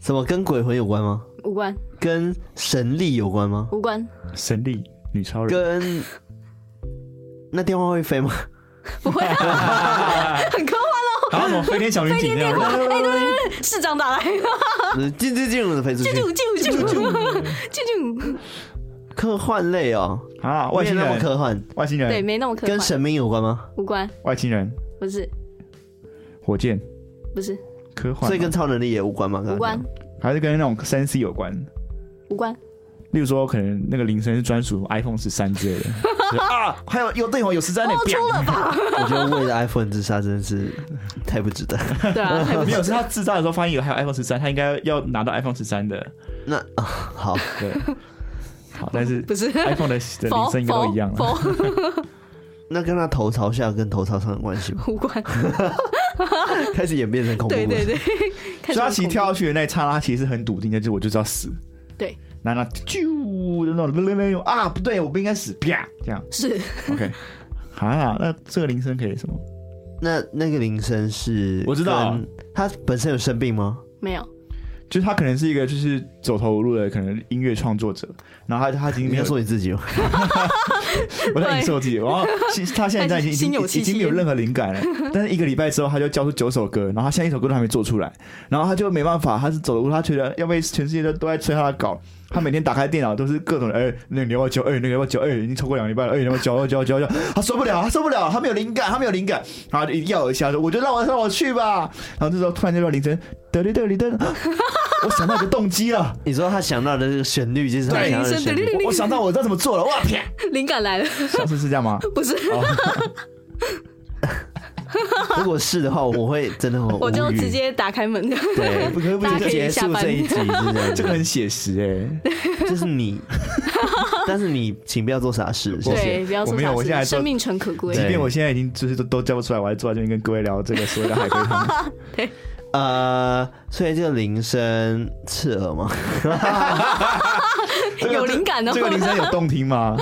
什么跟鬼魂有关吗？无关跟神力有关吗？无关， 神力女超 人，跟那电话会飞吗？不会、啊，很科好像什么飞天小女警那样幻。的。哎、对对对，市长打来，呃进进进入的飞出啾去，啾啾啾啾啾啾，科幻类哦，啊，外没有星那么人，科幻，外星对，人，没那么科哎跟幻，神明有关吗？无关，外星人，不是火箭，不是科幻所嘛，以跟超能力也无关吗？刚刚无关讲还是跟那种三 C 有关。无关，例如说，可能那个铃声是专属 iPhone 十三之 类的就是啊，还有有对哦，有十三的，出了吧？我觉得为了 iPhone 自杀真的是太不值得。对 啊，还不没错有，是他自炸的时候发现有还有 iPhone 十三，他应该要拿到 iPhone 十三的。那啊好，对，好，但是不是 iPhone 的的铃声应该都一样 了。否否否那跟他头朝下跟头朝上有关系 吗？无 关，开始演变成恐怖对了。对对， 看起所以来他很其实恐怖跳下去的那一刹那，其实很笃定，就是我就是要死。对，然后那啾的那种噔噔噔啊，不对，我不应该死，啪 这样。是 OK，啊，那这个铃声可以什么？那那个铃声是我知道跟，他本身有生病吗？没有就是他可能是一个就是走投无路的可能音乐创作者，然后他他已经你没要有，说你自己吗？我在影射我自己，然后其实他现在已经已心有经戚戚已经没有任何灵感了。但是一个礼拜之后，他就交出九首歌，然后他现在一首歌都还没做出来，然后他就没办法，他是走投无路，他觉得要被全世界都都在催他的稿。他每天打开电脑都是各种的，哎、那个你要不要交？哎、那个要不要交？哎、已经超过两个礼拜了，哎、你要不要交？要交交交？他受不了，他受不了，他没有灵感，他没有灵感，然后就要一下说，我就让我让我去吧。然后这时候突然就到凌晨，得哩得哩得，我想到一个动机了。你说他想到的这个旋律就是他对想到的铃声旋 律，我我想到我知道怎么做了，哇啪！灵感来了，上次是这样吗？不是，哦如果是的话，我会真的很无我就语直接打开门，对，不可不大可家可以不结下束班这一集是这样，这 个很写实哎、就是你，但是你请不要做傻事，谢谢。对，不要我说没有傻我现在事，都生命诚可贵对，即便我现在已经就是都都叫不出来，我还坐在这边跟各位聊这个所谓的海龟 汤。呃，所以这个铃声刺耳吗？ 这 个有灵感哦这个铃声有动听吗？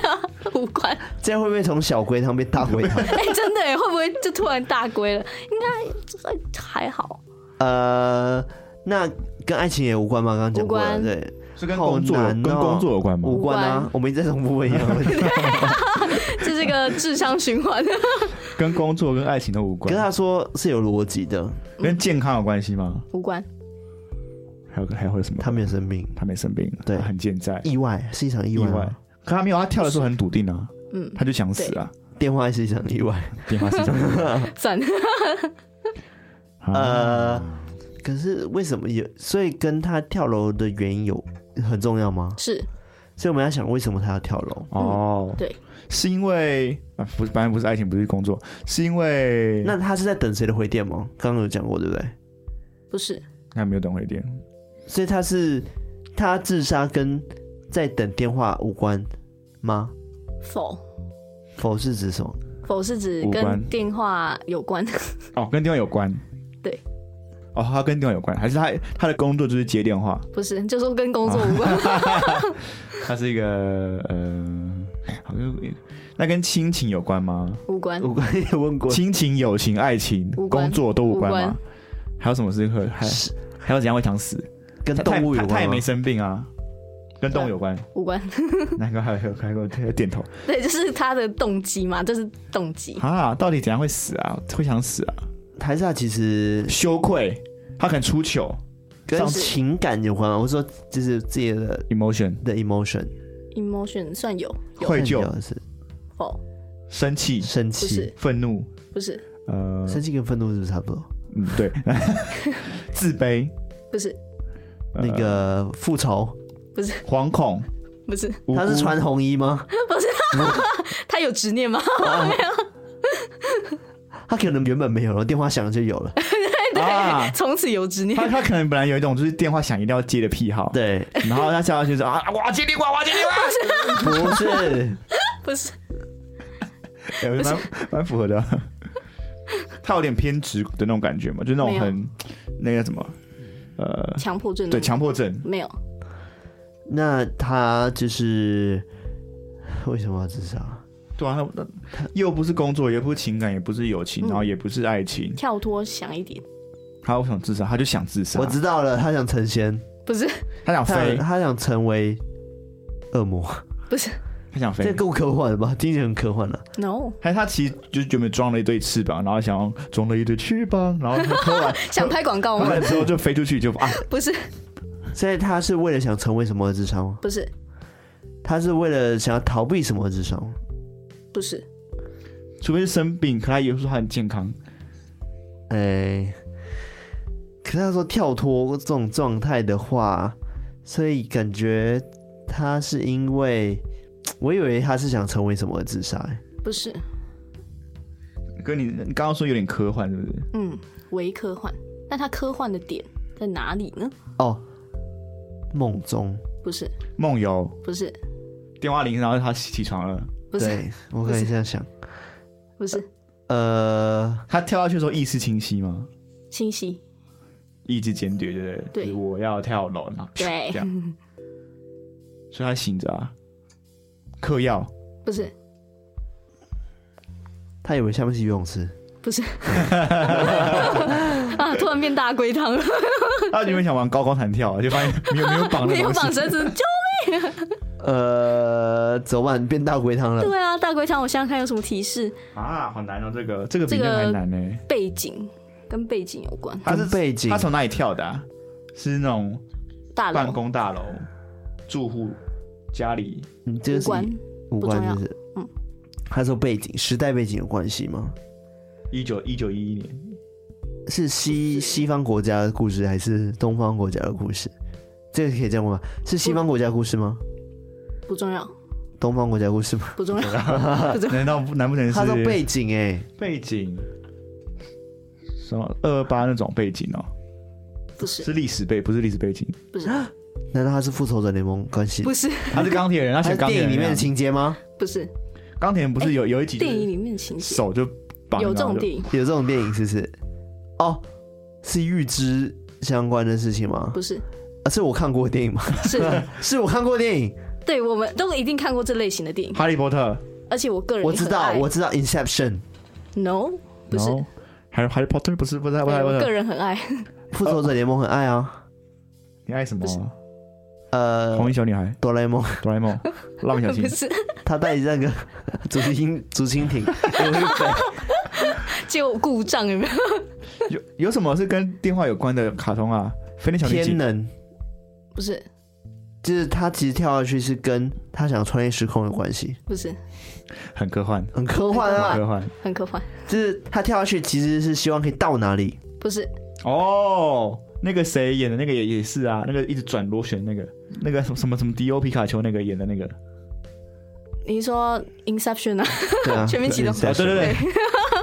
无关。这样会不会从小龟汤变大龟 汤？哎、真的哎，会不会就突然大归了？应该这个还好，呃，那跟爱情也无关吗？刚刚讲过了，无关对， 是跟工作有跟工作有关吗无？关无啊关。我们一直在重复问一样的问题，这是一个智商循环。 跟工作跟爱情都无关跟，他说是有逻辑的，跟健康有关系吗？无关，还有还会有什么？他没有生病，他没生病，对他很健在，意外是一场意意外外吗，。可他没有，他跳的时候很笃定啊，嗯，他就想死啊，电话是一场意外。电话是这样。赞。啊， 呃，可是为什么有？所以跟他跳楼的原因有很重要吗？是所以我们要想为什么他要跳楼？哦，嗯对，是因为啊，不是，反正不是爱情，不是工作，是因为那他是在等谁的回电吗？刚刚有讲过，对不对？不是？那没有等回电，所以他是他自杀跟在等电话无关吗？否否是指什么？否是指无关跟电话有关，哦，跟电话有关。对。哦，他跟电话有关，还是他他的工作就是接电话？不是，就说跟工作无 关。他是一个呃，好像那跟亲情有关吗？无关，我刚才也问过，亲情、友情、爱情、无关工作都无关无吗关？还有什么是和还是还有怎样会想死？跟他动物有他他关也吗没？生病啊，跟动物有关。无关。那个还有还有还有点头对，就是他的动机嘛，这是动机。啊？到底怎样会死啊？会想死啊？还是他其实羞愧，他可能出糗跟上次情感有关吗？我说就是自己的，emotion 的 emotion， emotion 算有愧疚、是否？生气、生不是气，愤怒，不是，呃，生气跟愤怒是不是差不多？嗯，对，自卑，不是，呃那个复仇，惶恐，不是，无辜他是哎穿红衣吗？他有执念吗？啊他可能原本没有，然后电话响了就有 了。啊。从此有执念。他他可能本来有一种就是电话响一定要接的癖好，，对，然后他下去就是啊，我要接电话，我要接 电话，不是，不是，哎我觉得蛮蛮符合的。他有点偏执的那种感觉嘛，就那种没有很那个叫什么，呃，强迫症。对，强迫症，没有，那他就是为什么要自杀？对啊，那那又不是工作，也不是情感，也不是友嗯情，然后也不是爱情，跳脱想一点，他想自杀，他就想自杀，我知道了，他想成仙，不是，他想他飞，他想成为恶魔，不是，他想飞这，够科幻了吧？听起来很科幻了、 No，还是他其实就是原本装了一对翅膀，然后想要装了一对翅膀，然后他喝完 想拍广哦告喝吗？完之后就飞出去就啊，不是，所以他是为了想成为什么而自杀吗？不是，他是为了想要逃避什么而自杀吗？不是，除非是生病，可他也说他很健康，哎、可是他说跳脱这种状态的话，所以感觉他是因为，我以为他是想成为什么而自杀、欸不是，跟你你刚刚说有点科幻，是不是？嗯，微科幻。那它科幻的点在哪里呢？哦，梦中，不是，梦游，不是，电话铃，然后他起床了，不是，对我可以这样想，不是，呃，他跳下去的时候意识清晰吗？清晰。意志坚决，对不对？对就是我要跳楼，然后对 这，样，所以他醒着啊，嗑药，不是，他以为下面是游泳池，不是。 啊！突然变大龟汤了，他原本啊想玩高空弹跳，啊就发现没有没有绑的没有东绑西，绳子就呃，走吧，你变大龟汤了，对啊！大龟汤，我想想看有什么提示？啊，好难哦，这个这个这比那个个还难呢。背景跟背景有关，他是跟背景他从哪里跳的啊？是那种大办楼公大楼、住户家里，你这无个嗯是关，无不重关要就是，嗯，他说背景时代背景有关系吗？一九一九一一年，是西西方国家的故事还是东方国家的故事？这个可以这样问吗？是西方国家故事吗？不重要，东方国家故 事吗？不重要，不重要。难道不难不成他说是背景哎、背景？什么二二八那种背景哦，不是，是历史背，不是历史背景。不是，难道他是复仇者联盟关系？不是，他是钢铁人，他他写是钢铁电人啊影里面的样情节吗？不是钢铁人不是有有一集就哎电影是里面的情节，手就绑啊有着这种就电影，有这种电影是不是？哦，是预知相关的事情吗？不是，啊，是我看过的电影吗？ 是，是我看过的电影，对我们都一定看过这类型的电影，哈利波特，而且我个人我也知很道，爱我知道《Inception》 no 不是，然后还有哈利波特不是不是不对是不我个是，人很爱，复仇者联盟很爱啊，你爱什么不是？呃，哦红衣小女孩，哆啦 A 梦哆啦 A 梦，蜡笔小不新，是，他带着那个 竹蜻竹蜻 蜓，有一本就故障有没有？有有什么是跟电话有关的卡通啊？飞天小女天警，能，不是，就是他其实跳下去是跟他想穿越时空有关系，不是，很科幻，很科幻很啊。科幻很科幻，就是他跳下去其实是希望可以到哪里，不是，哦。那个谁演的那个也也是啊，那个一直转螺旋那个，那个什么什么什么迪欧皮卡丘那个演的那个，你说 Inception 啊，对啊，全面启动对哦对对对，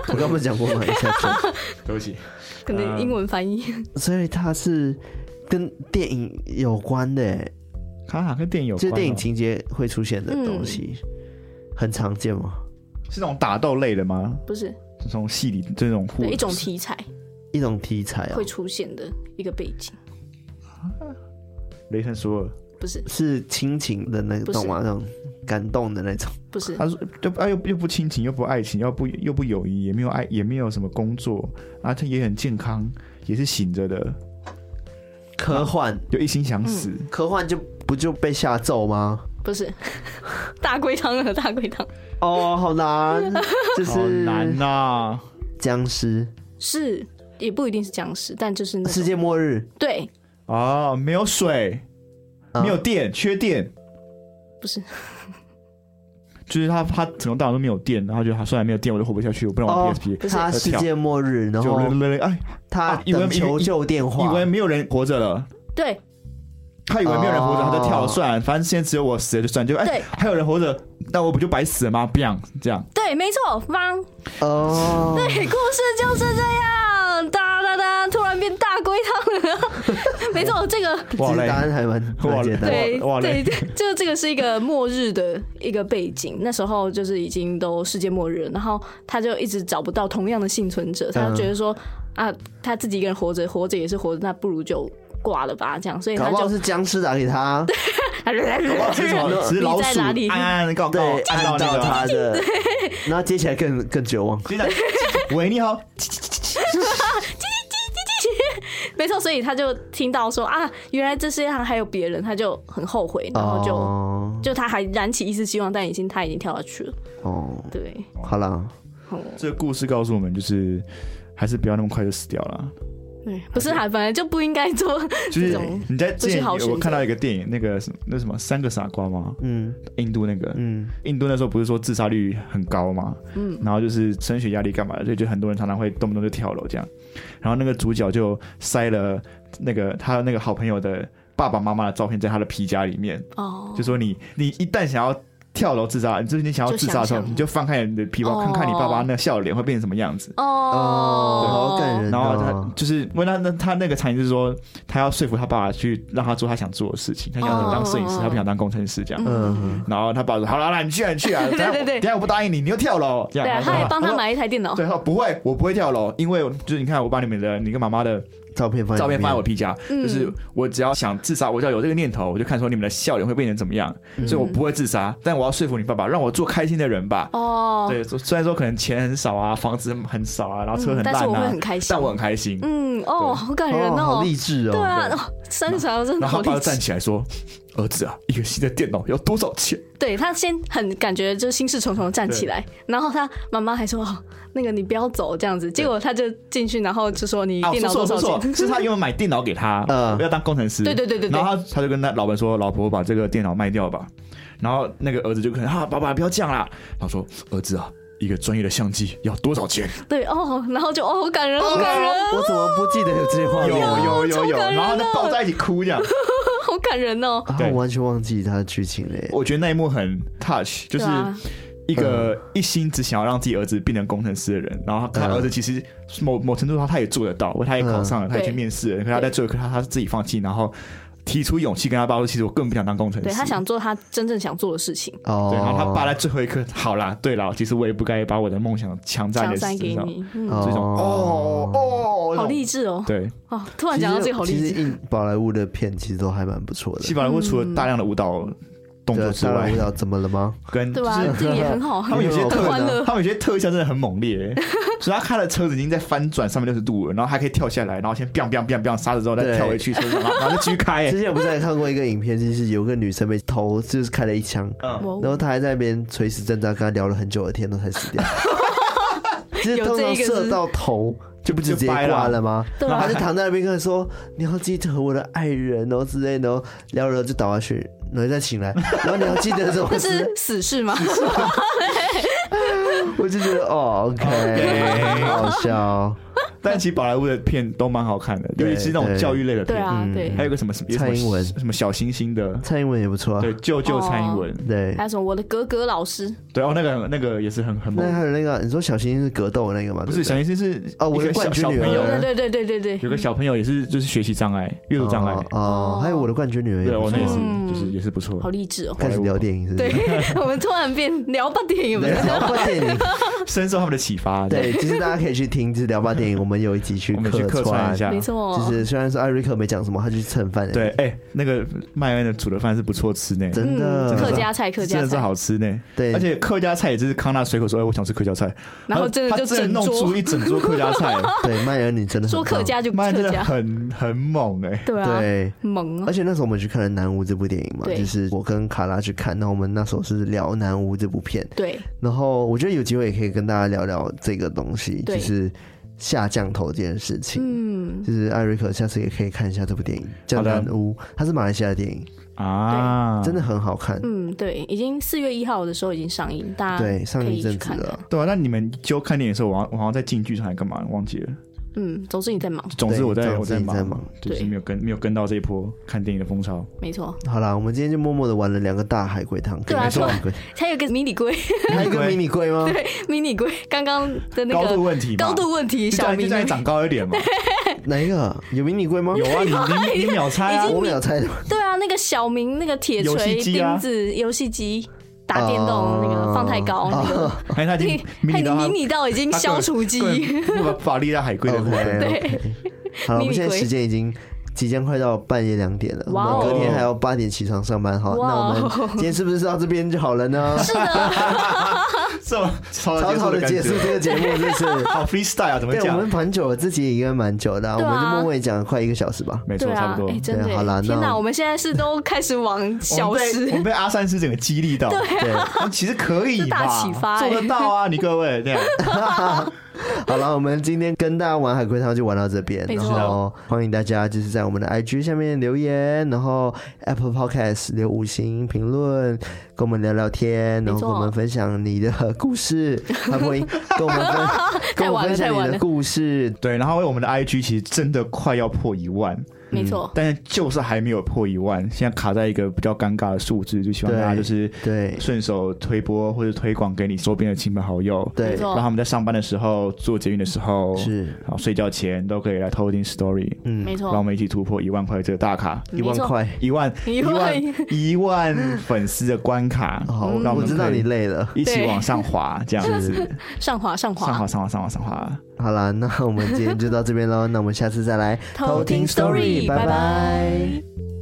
我刚不是讲过吗？Inception 对不起，可能英文翻译，所以他是跟电影有关的欸，卡卡跟电影有就关是哦，电影情节会出现的东西，很常见嘛。是那种打斗类的吗？不是，这种戏里这种互对一种题材一种题材啊会，出现的一个背景，雷神索尔，不是，是亲情的那不是种嘛，那种感动的那种。不是，他说又啊又又不亲情，又不爱情，又不又不友谊，也没有爱，也没有什么工作啊，他也很健康，也是醒着的，科幻，就一心想死。科幻就不就被下咒吗？不是， 大龟汤了，大龟汤哦，好难，就好是难啊呐、僵尸是。也不一定是僵尸，但就是那种世界末日，对，哦，没有水，啊没有电，缺电，不是，就是他他整个大脑都没有电，然后就他虽然没有电，我就活不下去，我不能哦玩 PSP，、不是他世界末日，然后就哎，他等求救电话以为，没有人活着了。对，他以为没有人活着，哦他就跳了，算了，反正现在只有我死了，就算就哎对，还有人活着，那我不就白死了吗？不想这样，对，没错，方嗯哦，对，故事就是这样，哒哒哒，突然变大龟汤了。 没错，这个其哇实嘞答案还蛮哇蛮简单的。对哇嘞 对，这这个是一个末日的一个背景，那时候就是已经都世界末日了，然后他就一直找不到同样的幸存者，嗯他就觉得说、啊，他自己一个人活着，活着也是活着，那不如就挂了吧，这样，所以搞他不就好 是僵尸打给他，只是老只是老你鼠哎在哪里哎暗暗的告告对，按按到照那 个，他的，然后接起来更更绝望。接着喂，你好，没错，所以他就听到说啊，原来这世界上还有别人，他就很后悔，然后就、哦就他还燃起一丝希望，但已经他已经跳下去了。哦，对，好啦，哦，这个故事告诉我们，就是还是不要那么快就死掉了。对，不是啊还本来就不应该做，就是这种你在之不是前好选择我看到一个电影，那个什么那什么三个傻瓜吗？嗯印度那个，嗯印度那时候不是说自杀率很高嘛，嗯，然后就是升学压力干嘛的，所以就很多人常常会动不动就跳楼这样。然后那个主角就塞了那个他那个好朋友的爸爸妈妈的照片在他的皮夹里面，哦，就说你你一旦想要跳楼自杀，你就是你想要自杀的时候，就想象你就翻开你的皮包，哦看看你爸爸那个笑脸会变成什么样子。哦，哦，好感人然后他哦，就是问他，那他那个场景就是说，他要说服他爸爸去让他做他想做的事情，他想当摄影师，哦他不想当工程师这样。嗯，然后他爸说：“好了，好了，你去啊，你去啊，等 下对对对等下我不答应你，你又跳楼。”这样，对啊，说他还帮他。说买哦一台电脑，对，他说不会，我不会跳楼，因为我就是你看，我把你们的你跟妈妈的照片放照片放在我里皮夹，嗯就是我只要想自杀，我只要有这个念头，我就看说你们的笑脸会变成怎么样，嗯所以我不会自杀，但我要说服你爸爸，让我做开心的人吧。哦，对，虽然说可能钱很少啊，房子很少啊，然后车很嗯烂但啊，是我会很开心但我很开心。嗯，哦，对好感面人哦，好哦，励志哦，对啊，哦，三十秒真的 然后好他爸励就站志。起来说：“儿子啊，一个新的电脑要多少钱对他先很感觉就心事重重地站起来，然后他妈妈还说、哦：“那个你不要走这样子。”结果他就进去，然后就说：“你？”啊，电说脑错多说少错钱？， 是他因为买电脑给他，嗯要当工程师。对对对对对然后他他就跟他老婆说：“老婆，把这个电脑卖掉吧。”然后那个儿子就可能啊，爸爸不要这样啦。他说：“儿子啊，一个专业的相机要多少钱？” 对哦，然后就哦，好感人，好感人，哦我怎么不记得有这些画哦有面啊？有有有，超感人的然后就抱在一起哭这样。好感人哦。啊，对我完全忘记它的剧情嘞。我觉得那一幕很 touch，就对是啊一个一心只想要让自己儿子变成工程师的人，然后他嗯儿子其实某某程度上他也做得到，他也考上了，他也去对面试了，可是他在最后一刻他他是自己放弃，然后提出勇气跟他爸说，其实我更不想当工程师。对他想做他真正想做的事情，哦，对，然后他爸在最后一刻，好啦，对啦，其实我也不该把我的梦想强占强你塞身给上。你，嗯，哦这种哦哦，好励志哦。对，哦，突然讲到这个好励其志实，印宝莱坞的片其实都还蛮不错西的。法人会除了大量的舞蹈动对作啊，之当外然，舞蹈怎么了吗？跟对嗯啊就吧是？这个也很 好，他们有些特很欢乐。 他们有些特效真的很猛烈、 所以他开的车子已经在翻转三百六十度了，然后还可以跳下来，然后先 biang biang biang biang 刹车之后再对跳回去车上，然后然后就继续开、之欸。前我不是还看过一个影片，就是有个女生被偷，就是开了一 枪，嗯，哇然后她还在那边垂死挣扎，跟她聊了很久的天都才死 掉。就是有通这常一个射是到头就不直接就掰了挂了吗？对然后啊她就躺在那边跟她说：“你要记得我的爱人哦之类的哦。”聊了就倒下去，然后再 醒来，然后你要记得什么那事是？死士吗？我就觉得哦，OK， OK 好笑哦。但其实宝莱坞的片都蛮好看的，尤对其是那种教育类的 对片，啊，对嗯，还有个什么什么蔡英文什么小星星的，蔡英文也不错啊。对，救救蔡英文，对还，有什么我的格格老师，对哦，那个那个也是很很嗯那猛，还有那个，你说小星星是格斗的那个吗？不是小对星星是哦我的一个冠小军小女儿朋友对，对对对对对啊对，有个小朋友也是就是学习障碍、阅不读对障碍，哦哦，还有我的冠军女儿也对哦不我那也错是、啊，嗯就是也是不 错好，励 志哦。开始聊电影是不对是？，我们突然变聊吧电影，有没 有？聊吧电 影，深受他们的启发。对，其实大家可以去听，就是聊吧电影，我们有一集去我们去客串串一。下，没错，哦就是虽然说艾瑞克没讲什么，他就去蹭饭。对，，哎、那个麦恩的煮的饭是不错吃呢，真的嗯，客家菜，客真家的是菜，好吃呢。对而且客家菜也就是康纳随口说，哎、我想吃客家菜，然后真的就他真的整弄桌出一整桌客家 菜，对，麦恩你真的很说客棒，家就麦恩真客的家，很很猛哎、对啊，对。猛而哦，且那时候我们去看了《南无》这部电影嘛，对就是我跟卡拉去看，那我们那时候是聊《南无》这部片，对，然后我觉得有机会也可以跟大家聊聊这个东西，对就是下降头这件事情。嗯，就是艾瑞克，下次也可以看一下这部电影，叫《好的南屋》，它是马来西亚的电影，啊，真的很好看。嗯，对，已经四月一号的时候已经上映，大家对，上可一以去阵子看看了。。对啊。那你们就看电影的时候，我好像我好像在进剧场还干嘛，忘记了。嗯，总之你在忙，总之对我在总我之在你忙，在忙就是对没有跟没有跟到这一波看电影的风潮。没错，好啦，我们今天就默默的玩了两个大海龟汤，对啊可以吗对海龟还有个迷你龟， 还有一个迷迷你龟吗？对，迷你龟，刚刚的那高度个问题嘛，高度问题，就叫小你迷就叫你你，长高一点 嘛。哪一个有迷你龟吗？有啊，你你你秒猜啊我，们俩猜的。对啊，那个小明那个铁游戏锤、机啊钉子、游戏机、打电动那哦个放太高那个。哎，他已经迷他 你已经到迷他你到已经消除记忆，不把法力到海龟的部分。 OK，OK 好了，我们现在迷你龟时间已经即将快到半夜两点了，我哇们哦隔天还要八点起床上班。好，哇那我们哦今天是不是到这边就好了呢？是的，这么草草草的的结束这个节目，真是。好 freestyle 啊怎么对，我们讲？蛮久了，自己也应该蛮久的啊、对啊我们就默默也讲了快一个小时吧。没错，对差啊不，多哎，。真的对好啦耶，天那哪，我我们现在是都开始往我小们被时我们被阿三是整个激励到，对，啊其实可以这吧大启发欸做得到啊，你 各位这样。好了，我们今天跟大家玩海龟汤就玩到这边，没然错后欢迎大家就是在我们的 IG 下面留言，然后 Apple Podcast 留五星评论，跟我们聊聊天，然后没跟错我们分享你的故事，还不跟我们分跟我们分享太晚了太晚你的了故事。对，然后我们的 IG 其实真的快要破一万，没错，但是就是还没有破一万，现在卡在一个比较尴尬的数字，就希望对大家就是对顺手推播或者推广给你周边的亲朋好友，对没，错让他们在上班的时候、做捷运的时候、是然后睡觉前都可以来偷听 Story，嗯，没让我错，们一起突破一万块这个大卡，一万没错块，一万 一万万嗯一万粉丝的关卡，好，让哦我们知道可以你累了。一起对往上滑，这样子上滑上上滑滑，上滑上滑上滑。好了，那我们今天就到这边喽，那我们下次再来偷听 story，拜拜